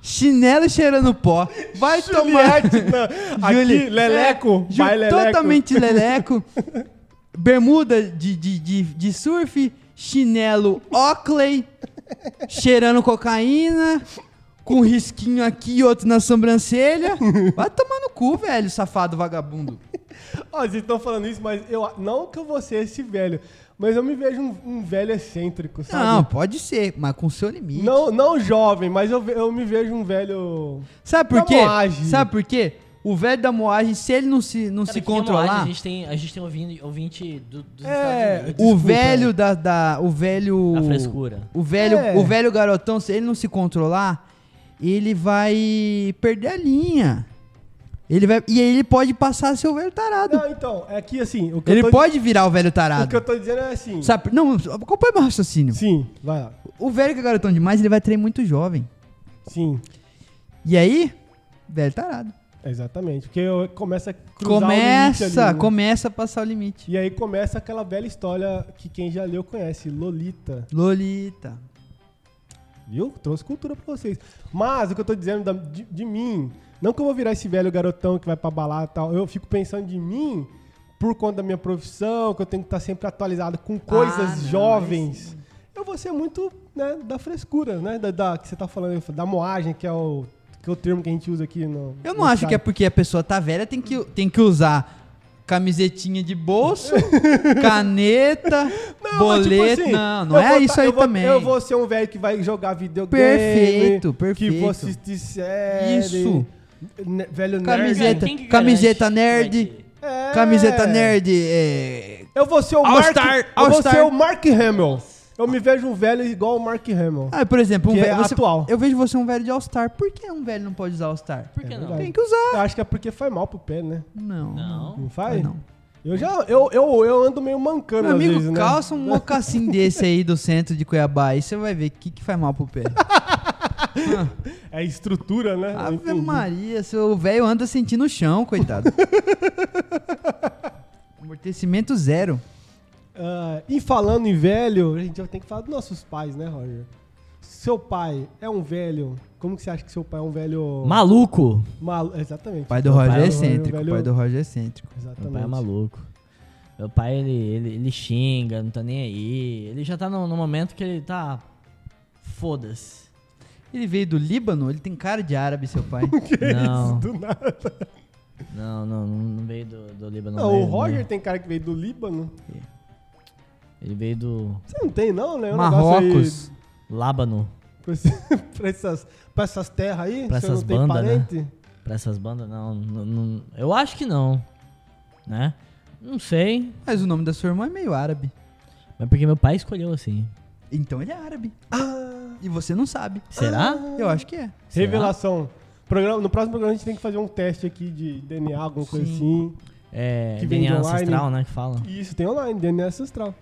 chinelo cheirando pó, vai tomar... Juliette, não. Aqui, <laughs> Juli- Leleco. é, Ju- vai, Leleco. Totalmente leleco. <laughs> bermuda de, de, de, de surf, chinelo Oakley, cheirando cocaína, com risquinho aqui e outro na sobrancelha. Vai tomar no cu, velho, safado vagabundo. <laughs> Ó, vocês estão falando isso, mas eu não que eu vou ser esse velho, mas eu me vejo um, um velho excêntrico, Tá Não, sabe? pode ser, mas com seu limite. Não, não jovem, mas eu, ve- eu me vejo um velho. Sabe por Da quê? moagem. Sabe por quê? O velho da moagem, se ele não se, não se Cara, que moagem, controlar, A gente tem, a gente tem ouvinte, ouvinte do, dos É, Estados Unidos. o Desculpa. velho da, da- o velho Da frescura. O velho, É. o velho garotão, se ele não se controlar, ele vai perder a linha. Ele vai, e aí ele pode passar a ser o velho tarado. Não, então, é que assim. O que eu ele tô, pode virar o velho O que tarado. eu tô dizendo é assim. Sabe? Não, acompanha meu raciocínio. Sim, vai lá. O velho que é garotão demais, ele vai treinar muito jovem. Sim, E aí, velho tarado. exatamente. Porque eu- começa a cruzar o limite Começa, ali, né? começa a passar o limite. E aí começa aquela velha história que quem já leu conhece, Lolita. Lolita. Viu? Trouxe cultura pra vocês. Mas o que eu tô dizendo da- de, de mim, não que eu vou virar esse velho garotão que vai pra balada e tal, eu fico pensando de mim por conta da minha profissão, que eu tenho que estar sempre atualizado com coisas Ah, não, jovens. Eu vou ser muito, né, da frescura, né, da, da- que você tá falando, da moagem, que é o que é o termo que a gente usa aqui no Eu não na acho que é cidade. porque a pessoa tá velha, tem que, tem que usar camisetinha <laughs> de bolso, caneta, mas, boleto. tipo assim, não, não eu é vou isso tá- aí eu vou- também. Eu vou ser um velho que vai jogar videogame. Perfeito, Que vou perfeito. assistir série. Isso. ne- velho Camiseta, Quem que garante camiseta que vai nerd, ter? nerd. É. camiseta nerd. é, Eu vou ser o All Mark... Star, eu All vou Star. ser o Mark Hamill. Eu me vejo um velho igual o Mark Hamill. Ah, por exemplo, um Que é velho, você- atual. eu vejo você um velho de All Star. Por que um velho não pode usar All Star? Por que não? verdade. Tem que usar. Eu acho que é porque faz mal pro pé, né? Não. Não. Não faz? Faz não. Eu já... Eu, eu, eu ando meio mancando Meu amigo, às vezes, né? calça um mocassim desse aí do centro de Cuiabá e você vai ver o que, que faz mal pro pé. É estrutura, né? Eu Ave entendi. Maria, seu velho anda sentindo o chão, <laughs> coitado. Amortecimento zero. Ah, e falando em velho, a gente tem que falar dos nossos pais, né, Roger? Seu pai é um velho... Como que você acha que seu pai é um velho... Maluco. Mal- Exatamente. Pai do Seu Roger é é um excêntrico, velho- pai do Roger é excêntrico. Meu pai é Exatamente. maluco. Meu pai, ele, ele, ele xinga, não tá nem aí. Ele já tá no, no momento que ele tá. Foda-se. Ele veio do Líbano, ele tem cara de árabe, seu <laughs> pai. Não, Do nada. não, não, não, não veio do, do Líbano. Não, o veio, Roger né? tem cara que veio do Líbano. Ele veio do Você não tem, não, né? Um negócio aí- Marrocos. Lábano. Pra esse- <laughs> pra essas, pra essas terras aí? Pra o senhor essas não tem bandas, né? parente? Pra essas bandas, não, não, não- Eu acho que não. Né? Não sei. Mas o nome da sua irmã é meio árabe. Mas porque meu pai escolheu assim. Então ele é árabe. Ah, E você não sabe. Será? Eu acho que é. Será? revelação. Programa, no próximo programa a gente tem que fazer um teste aqui de DNA, alguma coisa assim. É. Que vem DNA de online. ancestral, né? Que fala. E isso tem online, DNA ancestral.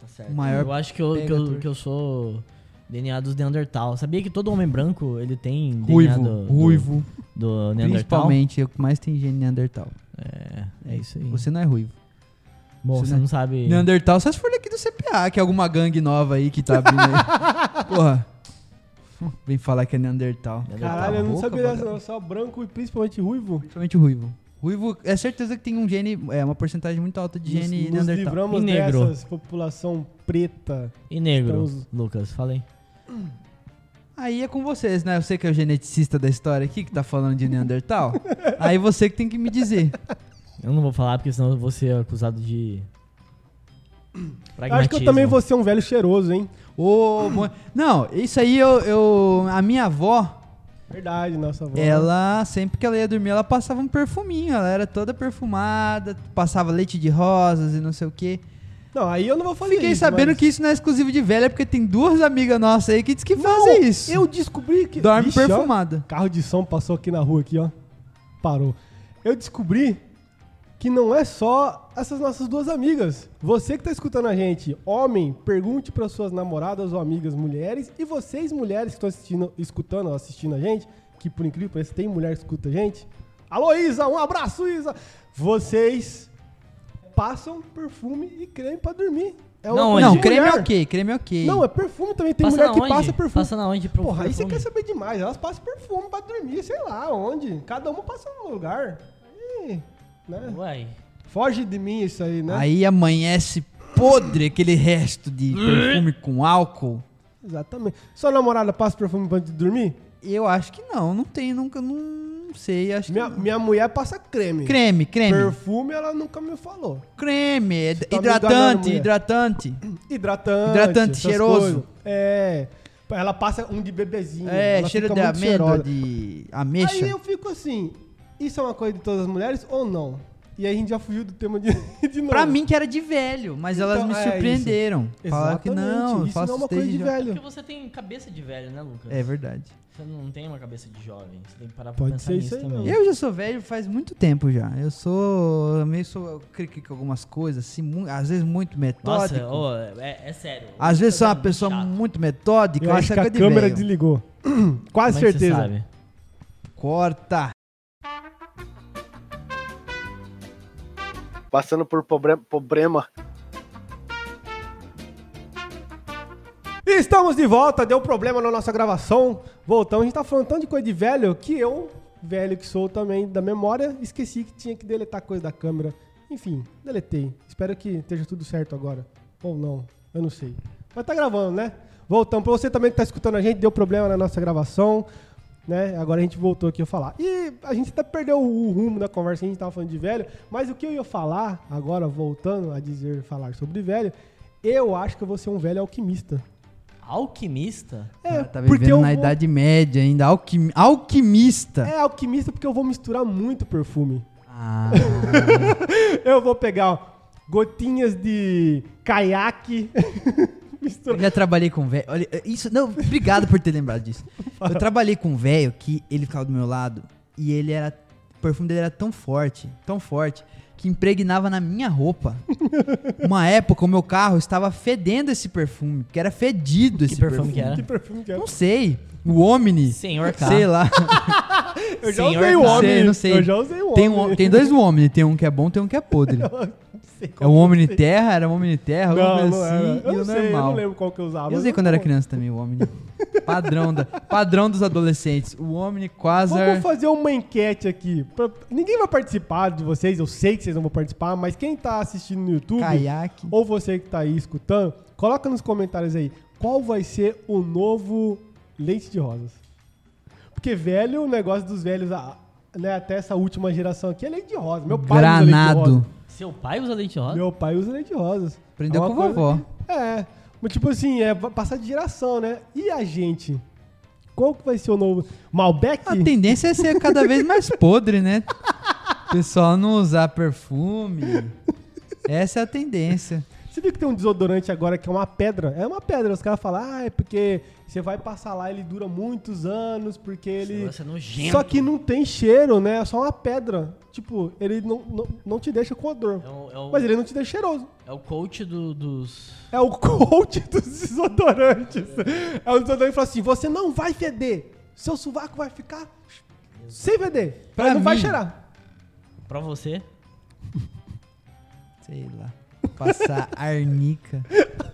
Tá certo. O maior eu acho que eu, que, eu, pegador. que eu sou DNA dos Neandertal. Sabia que todo homem branco ele tem Ruivo, DNA do, do- ruivo. do, Neandertal? Principalmente, é o que mais tem gene Neandertal. É, é isso aí. Você não é ruivo. Bom, você você não- não sabe. Neandertal, só se for daqui do CPA, que é alguma gangue nova aí que tá vindo aí. Porra. Vem falar que é Neandertal. Neandertal. Caralho, eu não boca, sabia dessa, vagabundo. não. Só branco e principalmente ruivo. Principalmente o ruivo. Ruivo, é certeza que tem um gene, é uma porcentagem muito alta de Nos, gene nos Neandertal. livramos E negro. dessas, população preta. E negro, Estamos- Lucas, falei. Aí é com vocês, né? Eu sei que é o geneticista da história aqui que tá falando de Neandertal. aí você que tem que me dizer. Eu não vou falar porque senão eu vou ser acusado de. Eu Acho que eu também vou ser um velho cheiroso, hein? Ô, mo- Não, isso aí eu, eu- A minha avó, Verdade, nossa avó. Ela, sempre que ela ia dormir, ela passava um perfuminho. Ela era toda perfumada, passava leite de rosas e não sei o quê. Não, aí eu não vou fazer Fiquei isso, sabendo mas- que isso não é exclusivo de velha, porque tem duas amigas nossas aí que diz que fazem Não, isso. Eu descobri que. Dorme Vixe, ó, perfumada. carro de som passou aqui na rua, aqui, ó. Parou. Eu descobri que não é só essas nossas duas amigas. Você que tá escutando a gente, homem, pergunte para suas namoradas ou amigas mulheres. E vocês, mulheres que estão assistindo, escutando ou assistindo a gente, que por incrível que pareça, tem mulher que escuta a gente. Alô, Isa, um abraço, Isa! Vocês passam perfume e creme para dormir. É uma Não, coisa Não, de creme é mulher. ok, creme é ok. Não, é perfume também. Tem Passa mulher na que onde? passa perfume. Passa na onde pro Porra, aí você perfume? quer saber demais. Elas passam perfume pra dormir, sei lá onde. Cada uma passa num lugar. Aí, né? Uai. Foge de mim isso aí, né? Aí amanhece podre aquele resto de perfume com álcool. Exatamente. Sua namorada passa perfume pra dormir? Eu acho que não, não tem, nunca, não sei, acho Minha, que não. minha mulher passa creme. Creme, creme. Perfume ela nunca me falou. Creme, é tá me enganando, hidratante, mulher. hidratante. Hidratante. Hidratante essas cheiroso. coisas. É. Ela passa um de bebezinho. É, ela cheiro fica de muito amêndoa, cheirosa. de Aí ameixa. eu fico assim, isso é uma coisa de todas as mulheres ou não? E aí a gente já fugiu do tema de, <laughs> de novo. Pra mim que era de velho, mas elas Então, me é surpreenderam. Falaram que não, eu isso faço não é uma desde coisa de Porque jo- velho. você tem cabeça de velho, né, Lucas? É verdade. Você não tem uma cabeça de jovem. Você tem que parar pra Pode pensar ser nisso isso aí também. mesmo. Eu já sou velho faz muito tempo já. Eu sou eu meio sou crique com algumas coisas, assim, mu- às vezes muito metódico. Nossa, ô, é, é sério. Às vezes sou Tá uma sendo pessoa chato. muito metódica, Eu acho que essa é a coisa de câmera velho. desligou. <clears throat> Quase Como é que você certeza. sabe? Corta. Passando por probre- problema. Estamos de volta, deu problema na nossa gravação. Voltamos, a gente tá falando tanto de coisa de velho que eu, velho que sou também da memória, esqueci que tinha que deletar coisa da câmera. Enfim, deletei. Espero que esteja tudo certo agora. Ou não, eu não sei. Mas tá gravando, né? Voltamos. Pra você também que tá escutando a gente, deu problema na nossa gravação. Né? Agora a gente voltou aqui a falar. E a gente até perdeu o o rumo da conversa, a gente tava falando de velho, mas o que eu ia falar, agora voltando a dizer, falar sobre velho, eu acho que eu vou ser um velho alquimista. Alquimista? É, Ah, porque tá eu vivendo na vou- idade média ainda, alquim- alquimista. É alquimista porque eu vou misturar muito perfume. Ah, Eu vou pegar gotinhas de caiaque. eu misturar. já trabalhei com velho. Olha, isso não, obrigado por ter lembrado disso. Eu trabalhei com um velho que ele ficava do meu lado e ele era o perfume dele era tão forte, tão forte que impregnava na minha roupa. Uma época o meu carro estava fedendo esse perfume, que era fedido esse perfume que <laughs> era? Que perfume que é? Não sei. O Omni. Senhor K. <laughs> Sei lá. Eu já Senhor, usei o não homem. sei, não sei. Eu já usei o Tem, homem. um, tem dois Omni. Tem um que é bom, tem um que é podre. <laughs> Sei É qual o que eu Omni sei. Terra, era o Omni Terra, alguma Não, coisa não assim, era. e Eu o não sei, eu normal. não lembro qual que eu usava. Eu usei mas quando era bom. criança também, o Omni. Padrão, da, padrão dos adolescentes. O Omni Quasar. Vamos fazer uma enquete aqui. Pra- Ninguém vai participar de vocês, eu sei que vocês não vão participar, mas quem tá assistindo no YouTube, Caiaque. ou você que tá aí escutando, coloca nos comentários aí qual vai ser o novo leite de rosas. Porque velho, o negócio dos velhos, ah, né, até essa última geração aqui é leite de rosas. Meu pai usa leite de Granado. rosas. Seu pai usa leite de rosa? Meu pai usa leite de rosas. Aprendeu uma com coisa vovó. que- É. Mas tipo assim, é va- passar de geração, né? E a gente? Qual que vai ser o novo? Malbec? A tendência é ser cada vez mais podre, né? O pessoal não usar perfume. Essa é a tendência. Você viu que tem um desodorante agora que é uma pedra? É uma pedra. Os caras falam, ah, é porque você vai passar lá, ele dura muitos anos, porque Esse ele. negócio é nojento. Só que não tem cheiro, né? É só uma pedra. Tipo, ele não, não, não te deixa com odor. É o, um é o- Mas ele não te deixa cheiroso. é o coach do- dos... É o <laughs> coach dos desodorantes. É o desodorante que fala assim: você não vai feder. Seu sovaco vai ficar sem feder. Pra Mas não vai mim- cheirar. <laughs> Pra você. Sei lá. Passar arnica.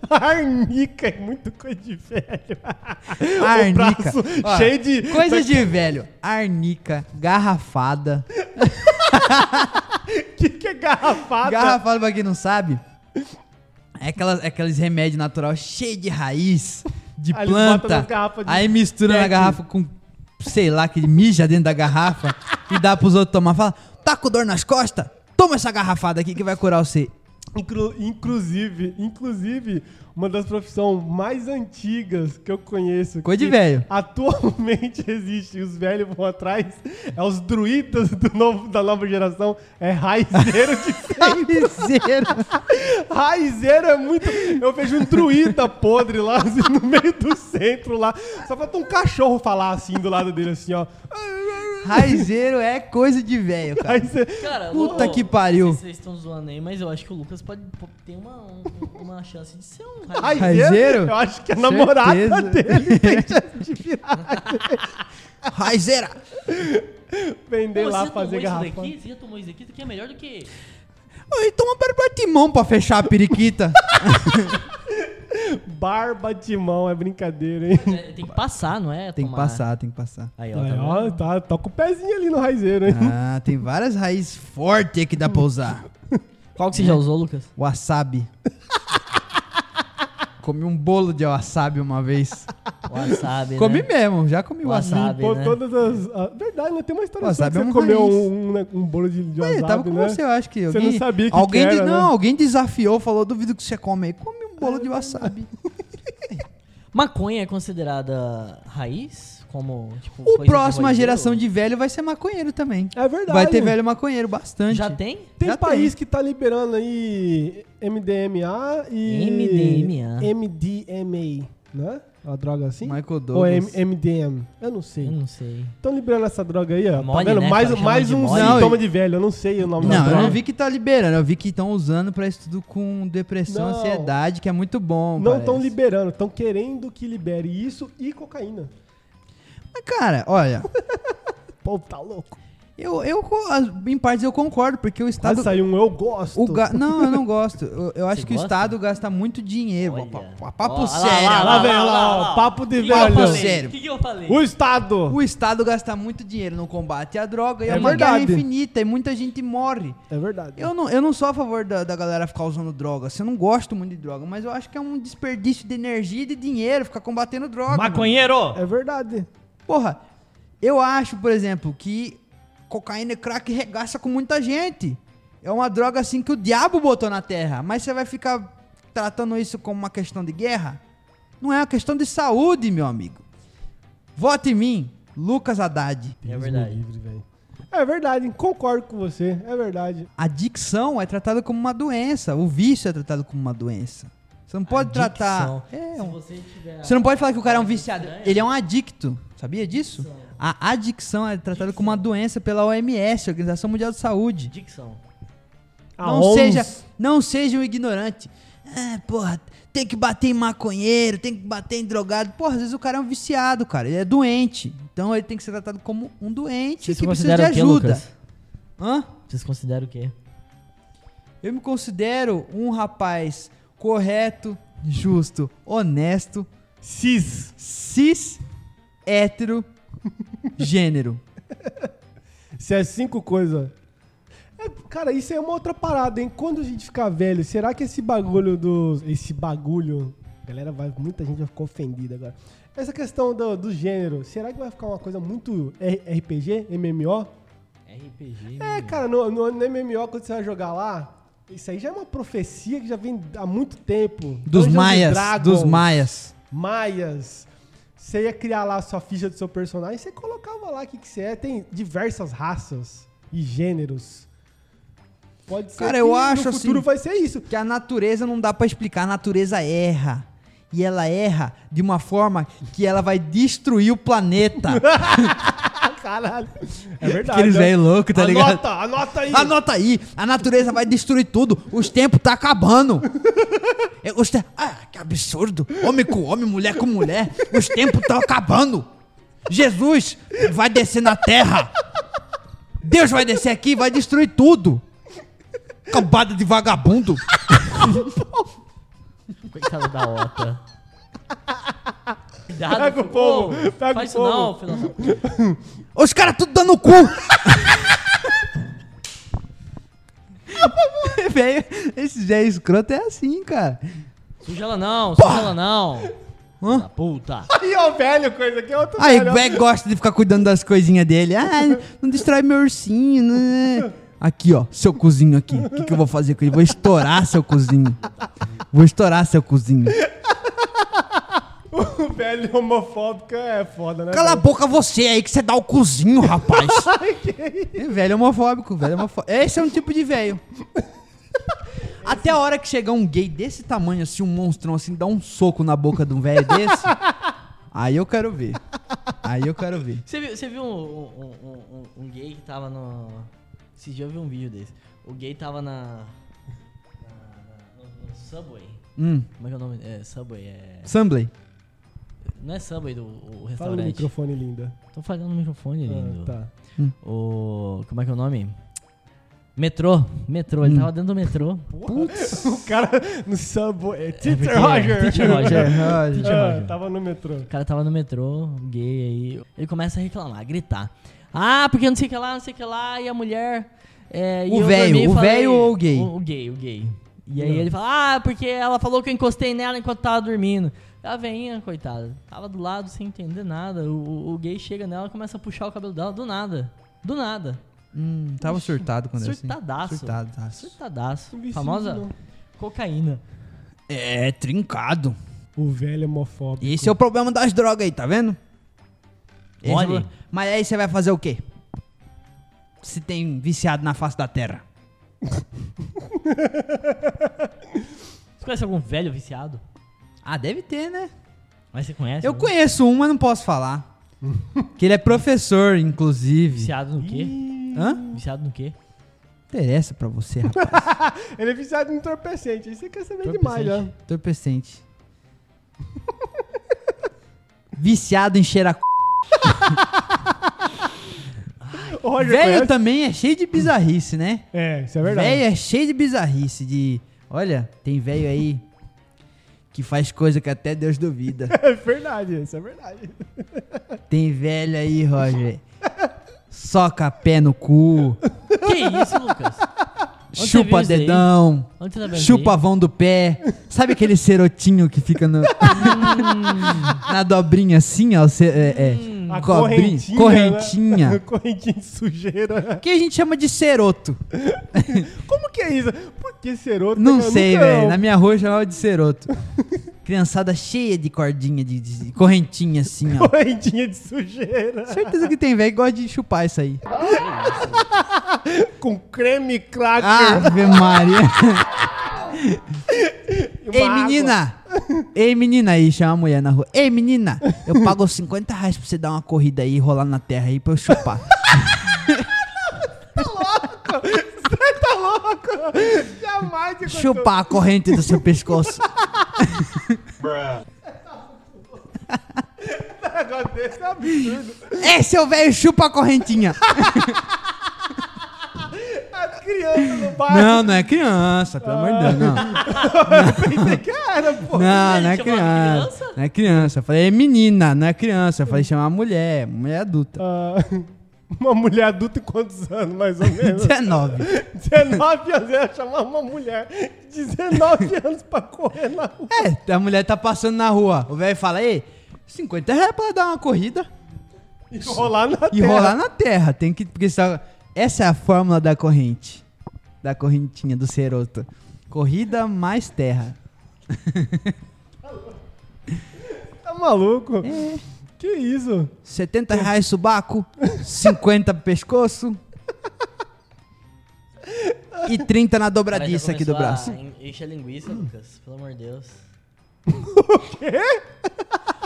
Arnica é muito coisa de velho. <laughs> Arnica. <laughs> O braço cheio de- é Coisas de velho. Arnica, garrafada. O que, que é garrafada? Garrafada, pra quem não sabe, é, aquelas, é aqueles remédios natural cheio de raiz, de Aí eles botam planta. nas garrafas de aí mistura na pet. garrafa com, sei lá, que mija dentro da garrafa <laughs> e dá pros outros tomar. Fala, tá com dor nas costas? Toma essa garrafada aqui que vai curar você. Inclu- inclusive, inclusive, uma das profissões mais antigas que eu conheço. Coisa de que velho. Atualmente <laughs> existe, e os velhos vão atrás, é os druidas do novo, da nova geração, é raizeiro de <laughs> sempre. Raizeiro. Raizeiro é muito. Eu vejo um druida podre lá assim, no meio do centro lá. Só falta um cachorro falar assim do lado dele, assim, ó. Raizeiro é coisa de velho, cara. Aí você- Cara, Puta ô, que pariu. não sei se Vocês estão zoando aí, mas eu acho que o Lucas pode pô, ter uma, um- uma chance de ser <laughs> um raiz. Raizeiro? Eu acho que a namorada Certeza. dele tem chance de virar. Raizeira. Vender Pô, lá, você fazer tomou garrafa. Isso daqui, você já tomou isso daqui? Isso aqui é melhor do que. Oi, toma barbatimão pra fechar a periquita. Barba de mão, é brincadeira, hein? É, <laughs> tem que passar, não é? tem que Tomar. passar, tem que passar. Aí, ó. Aí, tá ó, vendo? tá, tá com o pezinho ali no raizeiro, hein? Ah, tem várias raízes fortes que dá pra usar. Qual que É. você já usou, <laughs> Lucas? <laughs> Wasabi. Comi um bolo de wasabi <laughs> uma vez. Wasabi. Comi né? mesmo, já comi wasabi. Wasabi. Pô, né? todas as. a- verdade, né? Tem uma história Wasabi sua é que um você comeu raiz. um, um- um bolo de, de Ué, wasabi, tava com né? você, eu acho que Você alguém. não sabia que alguém que de- era, né? Não, alguém desafiou, falou, duvido que você come aí. Come um bolo de é, wasabi. Maconha é considerada raiz? Como, tipo, O coisa de próxima rodeio? geração de velho vai ser maconheiro também. É verdade. Vai ter velho maconheiro, bastante. Já tem? Tem Já país que tá liberando aí MDMA e. MDMA. MDMA, né? É Uma droga assim? Michael Ou M Douglas. Hum. MDM? Eu não sei. Eu não sei. Estão liberando essa droga aí, ó. Mole, tá vendo? né, mais cara? mais Chama um de é mole. sintoma de velho. Eu não sei o nome da Não, droga. eu não vi que tá liberando, eu vi que estão usando pra estudo com depressão, Não. ansiedade, que é muito bom. Não estão parece. liberando, estão querendo que libere isso e cocaína. Mas, Cara, olha, O povo tá louco. eu, eu co- em partes eu concordo, porque o Tá Estado. Quase saiu um eu gosto. O ga- Não, eu não gosto. Eu, eu acho Você que o gosta? Estado gasta muito dinheiro. Olha. Pa- pa- Papo Ó, lá, sério. lá, lá vem lá, ó, papo de velho. Papo sério. O que, que eu falei? O Estado! O Estado gasta muito dinheiro no combate à droga e é, É uma guerra verdade. infinita e muita gente morre. É verdade. Eu não, eu não sou a favor da, da galera ficar usando droga. assim, Eu não gosto muito de droga, mas eu acho que é um desperdício de energia e de dinheiro ficar combatendo droga. mano. Maconheiro! É verdade. Porra, eu acho, por exemplo, que cocaína e crack regaça com muita gente. É uma droga assim que o diabo botou na terra. Mas você vai ficar tratando isso como uma questão de guerra? Não é uma questão de saúde, meu amigo. Vote em mim, Lucas Haddad. É Deus me verdade. livre, velho. É verdade, concordo com você. É verdade. Adicção é tratada como uma doença. O vício é tratado como uma doença. Você não pode Adicção. tratar. É, Se um- você tiver. Você não pode falar que o cara é um viciado. Estranho. Ele é um adicto. Sabia disso? A adicção é tratada como uma doença pela OMS, Organização Mundial de Saúde. Dicção. A não, ONS. seja, não seja um ignorante. Ah, porra, tem que bater em maconheiro, tem que bater em drogado. Porra, às vezes o cara é um viciado, cara. Ele é doente. Então ele tem que ser tratado como um doente que precisa de ajuda. Hã? Vocês consideram o quê? Eu me considero um rapaz correto, justo, honesto, Cis. cis, hétero, <laughs> gênero. Se é cinco coisas. É, cara, isso é uma outra parada, hein? Quando a gente ficar velho, será que esse bagulho dos. Esse bagulho. Galera, vai, muita gente vai ficar ofendida agora. Essa questão do, do gênero, será que vai ficar uma coisa muito R- RPG, MMO? RPG. É, cara, no, no, no MMO, quando você vai jogar lá, isso aí já é uma profecia que já vem há muito tempo. Dos Dungeons and maias, dos Dragons. maias. Maias. Você ia criar lá a sua ficha do seu personagem, você colocava lá o que, que você é. Tem diversas raças e gêneros. Pode ser Cara, eu que acho no futuro assim- vai ser <laughs> isso. Que a natureza não dá pra explicar, a natureza erra. E ela erra de uma forma que ela vai destruir <laughs> o planeta. Ah, <laughs> caralho. É verdade. Aqueles né? velho louco, tá ligado? Anota, anota aí. <laughs> Anota aí, a natureza vai destruir tudo, os tempos tá acabando. Eu gostei. Ah, que absurdo! Homem com homem, mulher com mulher, os tempos estão acabando. Jesus vai descer na terra. Deus vai descer aqui e vai destruir tudo. Cambada de vagabundo. Coitado da Ota. Cuidado, Pega o filho. povo, Ô, pega Faz o isso povo. não, filho da puta. Os caras tudo dando o <laughs> cu. Velho, esse velho escroto é assim, cara. Suja ela não, suja ela não. Hã? Da puta. Aí, ó, velho, coisa aqui é outro Aí o velho. ó. Beck gosta de ficar cuidando das coisinhas dele. Ah, não destrói meu ursinho, né? Aqui, ó, seu cozinho aqui. O que, que eu vou fazer com ele? Vou estourar seu cozinho. Vou estourar seu cozinho. <laughs> O velho homofóbico é foda, né? Cala a boca você aí que você dá o cozinho, rapaz. É velho homofóbico, velho homofóbico. Esse é um tipo de velho. Até a hora que chegar um gay desse tamanho, assim, um monstrão assim, dá um soco na boca de um velho desse. Aí eu quero ver. Aí eu quero ver. Você viu, você viu um, um- um- um- um gay que tava no. Esse dia eu vi um vídeo desse. O gay tava na. na- na- no, no Subway. Hum, Como é que é o nome? É, Subway, é. Sambley. Não é Subway do o Fala no restaurante. microfone, linda. Tô falando no microfone, lindo. Ah, tá. O. Como é que é o nome? Metrô. Metrô. Hum. Ele tava dentro do metrô. Putz. <laughs> O cara no É Subway. Teacher porque- Roger. Teacher <laughs> Roger. Teacher Ah, Roger. tava no metrô. O cara tava no metrô, gay aí. Ele começa a reclamar, a gritar. Ah, porque não sei o que lá, não sei o que lá, e a mulher. é, e O eu velho, dormi e o falei- velho ou o gay? O, o gay, o gay. E aí ele fala, ah, porque ela falou que eu encostei nela enquanto tava dormindo. A veinha, coitada, tava do lado sem entender nada. O, o- o gay chega nela e começa a puxar o cabelo dela do nada. Do nada. Hum, tava surtado quando era assim. Surtadaço. Surtadaço. Surtadaço. Não vi isso, Famosa não. cocaína. É, trincado. O velho homofóbico. Esse é o problema das drogas aí, tá vendo? Esse é o Olha. problema. Mas aí você vai fazer o quê? Se tem viciado na face da terra. Você conhece algum velho viciado? Ah, deve ter, né? Mas você conhece? Eu algum? conheço um, mas não posso <laughs> falar. que ele é professor, inclusive. Viciado no quê? Hã? Viciado no quê? Interessa pra você, rapaz. Ele é viciado em entorpecente. Isso você quer saber Entorpecente. demais, né? Entorpecente. <laughs> Viciado em cheira c... O Roger Velho conhece? também é cheio de bizarrice, né? É, isso é verdade. Velho é cheio de bizarrice, de... Olha, tem velho aí que faz coisa que até Deus duvida. <laughs> É verdade, isso é verdade. Tem velho aí, Roger. Soca pé no cu, Que isso, Lucas? você viu chupa isso aí? dedão, Onde você tá vendo chupa isso vão do pé. Sabe aquele cerotinho que fica <laughs> no- <laughs> na dobrinha assim, ó? Cê, é, Hum. é, A cobrinha, né? correntinha. correntinha. <laughs> né? <laughs> correntinha de sujeira. Que a gente chama de ceroto. Como que é isso? Por que ceroto? Não Eu sei, nunca- velho. Na minha rua eu chamava de ceroto. Criançada cheia de cordinha, de, de- de correntinha assim, <laughs> ó. Correntinha de sujeira. Certeza que tem velho que gosta de chupar isso aí. Com creme cracker. Ave Maria. <laughs> e uma Ei, água. menina! Ei, menina aí, chama a mulher na rua. Ei, menina! Eu pago 50 reais pra você dar uma corrida aí, rolar na terra aí pra <laughs> eu chupar. <laughs> Tá louco? Jamais que aconteceu. chupar a corrente do seu pescoço. Um negócio desse é absurdo. Ei, seu velho, chupa a correntinha. A criança no bairro. Não, não é criança, pelo amor de Deus, não. Cara, pô. Não, não é chamava criança. criança? Não é criança. Eu falei, é menina, não é criança. Eu falei, chama mulher, mulher <laughs> é adulta. Ah, uma mulher adulta em quantos anos, mais ou menos? 19. 19 anos, eu ia chamar uma mulher de 19 anos pra correr na rua. É, a mulher tá passando na rua. O velho fala, ei, 50 reais pra dar uma corrida. E rolar na E terra. rolar na terra, tem que. Porque essa, essa é a fórmula da corrente. Da correntinha do Ceroto. Corrida mais terra. Tá maluco? É. Que isso? 70 reais subaco, 50 pro pescoço. E 30 na Cara, já dobradiça aqui do começou braço. a en- Encher linguiça, Lucas. Pelo amor de Deus. <laughs> O quê?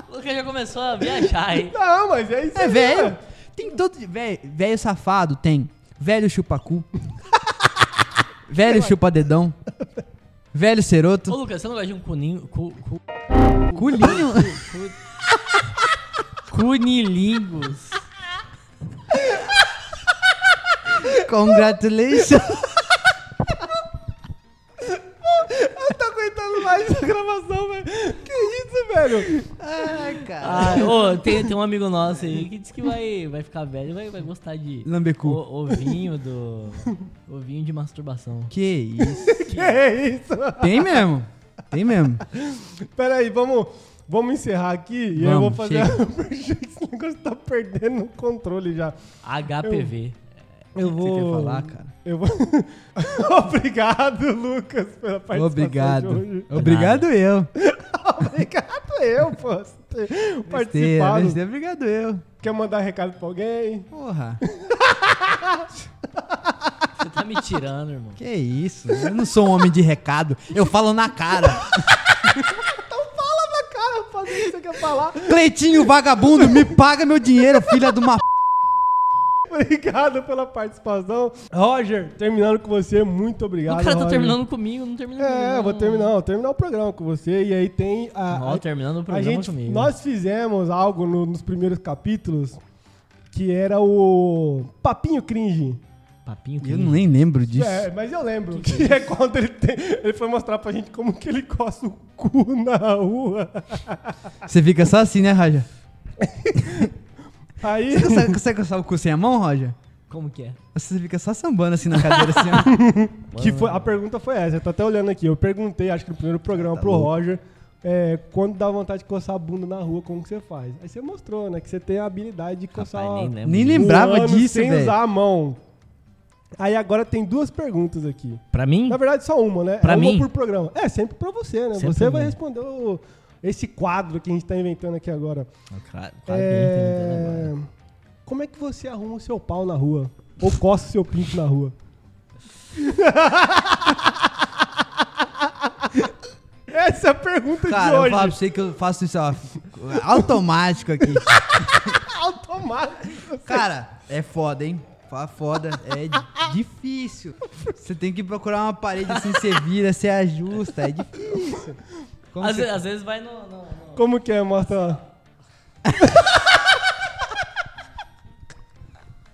O Lucas já começou a viajar, hein? Não, mas é isso É aí, velho. né? Tem todo. de- Velho velho safado tem. Velho <laughs> chupacu. velho chupa dedão. Velho Ô, ceroto. Lucas, você não gosta de um cuninho... Cu, cu, Culinho. cunilingus. <laughs> Congratulations. Eu tô aguentando mais essa gravação, velho. Que isso, velho? Ai, cara. Ah, ô, tem, tem um amigo nosso aí que disse que vai, vai ficar velho e vai, vai gostar de... O, Lambecu. ovinho do... Ovinho de masturbação. Que isso. Que é isso? Tem mesmo. Tem mesmo. Pera aí, vamos, vamos encerrar aqui e eu vou <laughs> Vamos, fazer... Esse negócio tá perdendo o controle já. HPV. Eu que vou. você quer falar, cara? Eu vou. <laughs> Obrigado, Lucas, pela participação. Obrigado. de hoje. <laughs> Obrigado eu. Obrigado eu, pô. por ter Besteira, Participado. besteira, obrigado eu. Quer mandar recado pra alguém? Porra, Você tá me tirando, irmão. que isso? Eu não sou um homem de recado. Eu falo na cara. Fala na cara, rapaz, o que você quer falar? <laughs> Cleitinho, vagabundo, me paga meu dinheiro, filha de uma p. Obrigado pela participação. Roger, terminando com você, muito obrigado. o cara tá Roger. terminando comigo, não termina comigo. É, eu vou não. terminar, vou terminar o programa com você. E aí tem a. Ó, a- terminando o a programa gente, comigo. nós fizemos algo no- nos primeiros capítulos que era o Papinho Cringe. Papinho Eu cringe. nem lembro disso. É, mas eu lembro que, é quando ele, tem- ele foi mostrar pra gente como que ele coça o cu na rua. Você fica só assim, né, Roger? Aí. Você consegue, consegue coçar o cu sem a mão, Roger? Como que é? Você fica só sambando assim na cadeira, assim, <laughs> ó. Que foi, a pergunta foi essa, eu tô até olhando aqui. Eu perguntei, acho que no primeiro Tá programa, pro Roger, é, quando dá vontade de coçar a bunda na rua, como que você faz? Aí você mostrou, né, que você tem a habilidade de coçar Rapaz, nem lembro. Nem o lembrava ânus disso, É sem velho. usar a mão. Aí agora tem duas perguntas aqui. Pra mim? Na verdade, só uma, né? Pra É uma mim? por programa. É, sempre pra você, né? Sempre você pra vai mim. responder o- esse quadro que a gente tá inventando aqui agora. Claro, Tá claro que eu É, entendo agora. Como é que você arruma o seu pau na rua? Ou coça o seu pinto na rua? <laughs> Essa é a pergunta de Cara, eu hoje. falo pra você que eu faço isso, ó, automático <laughs> aqui. Ah, Automático. Cara, é foda, hein? Fala Foda, é di- difícil. Você tem que procurar uma parede assim, você vira, você ajusta, é difícil. Como Às, você- ve- às vezes vai no. no- no- Como que é? Mostra. <laughs>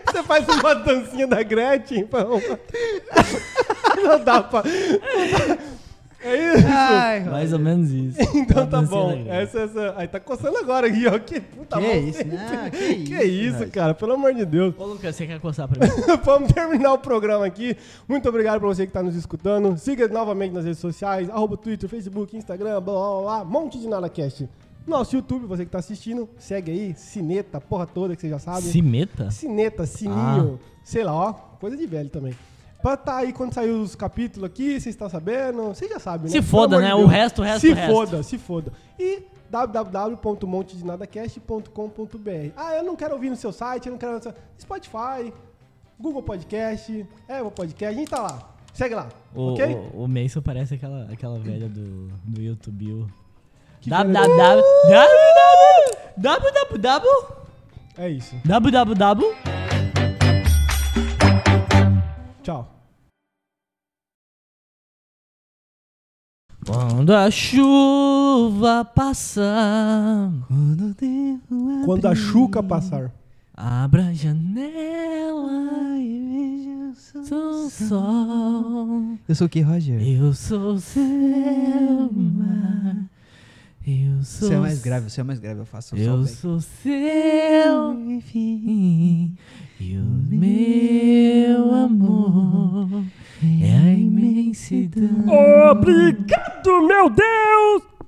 Você faz uma dancinha da Gretchen? pra arrumar. <laughs> Não dá pra. É isso. Ai, Mais ou menos isso. Então tá Uma bom. dancinha legal. Essa, essa... Aí tá coçando agora aqui, <laughs> ó. Que puta que mão isso, feia. né? Que tá <laughs> Que, isso, isso, nós. cara? Pelo amor de Deus. <laughs> Ô, Lucas, você quer coçar pra mim? Vamos terminar o programa aqui. Muito obrigado pra você que tá nos escutando. Siga novamente nas redes sociais, arroba Twitter, Facebook, Instagram, blá blá blá, blá monte de NadaCast. Nosso YouTube, você que tá assistindo, segue aí, cineta, porra toda que você já sabe. Cimeta? Cineta, Ah. sininho, sei lá, ó, coisa de velho também. Pra tá aí quando sair os capítulos aqui, vocês estão sabendo, vocês já sabem, né? Se foda, Pelo amor né? de O Deus. resto, o resto, Se o resto. foda, se foda. E www.montedinadacast.com.br Ah, eu não quero ouvir no seu site, eu não quero... no seu- Spotify, Google Podcast, Apple Podcast, a gente tá lá. Segue lá, O, ok? o, o Mason parece aquela, aquela velha do, do YouTube. Que www. www. É isso. www. Tchau. Quando a chuva passa, Quando o tempo Quando a abrir, chuca passar. abra a janela ai, veja o sol. do sol. Eu sou o que, Roger? Eu sou seu mar. Eu sou Você é mais grave, você é mais grave, eu faço o sol. Eu velho. sou seu fim e o meu amor é a imensidão. Obrigado, meu Deus!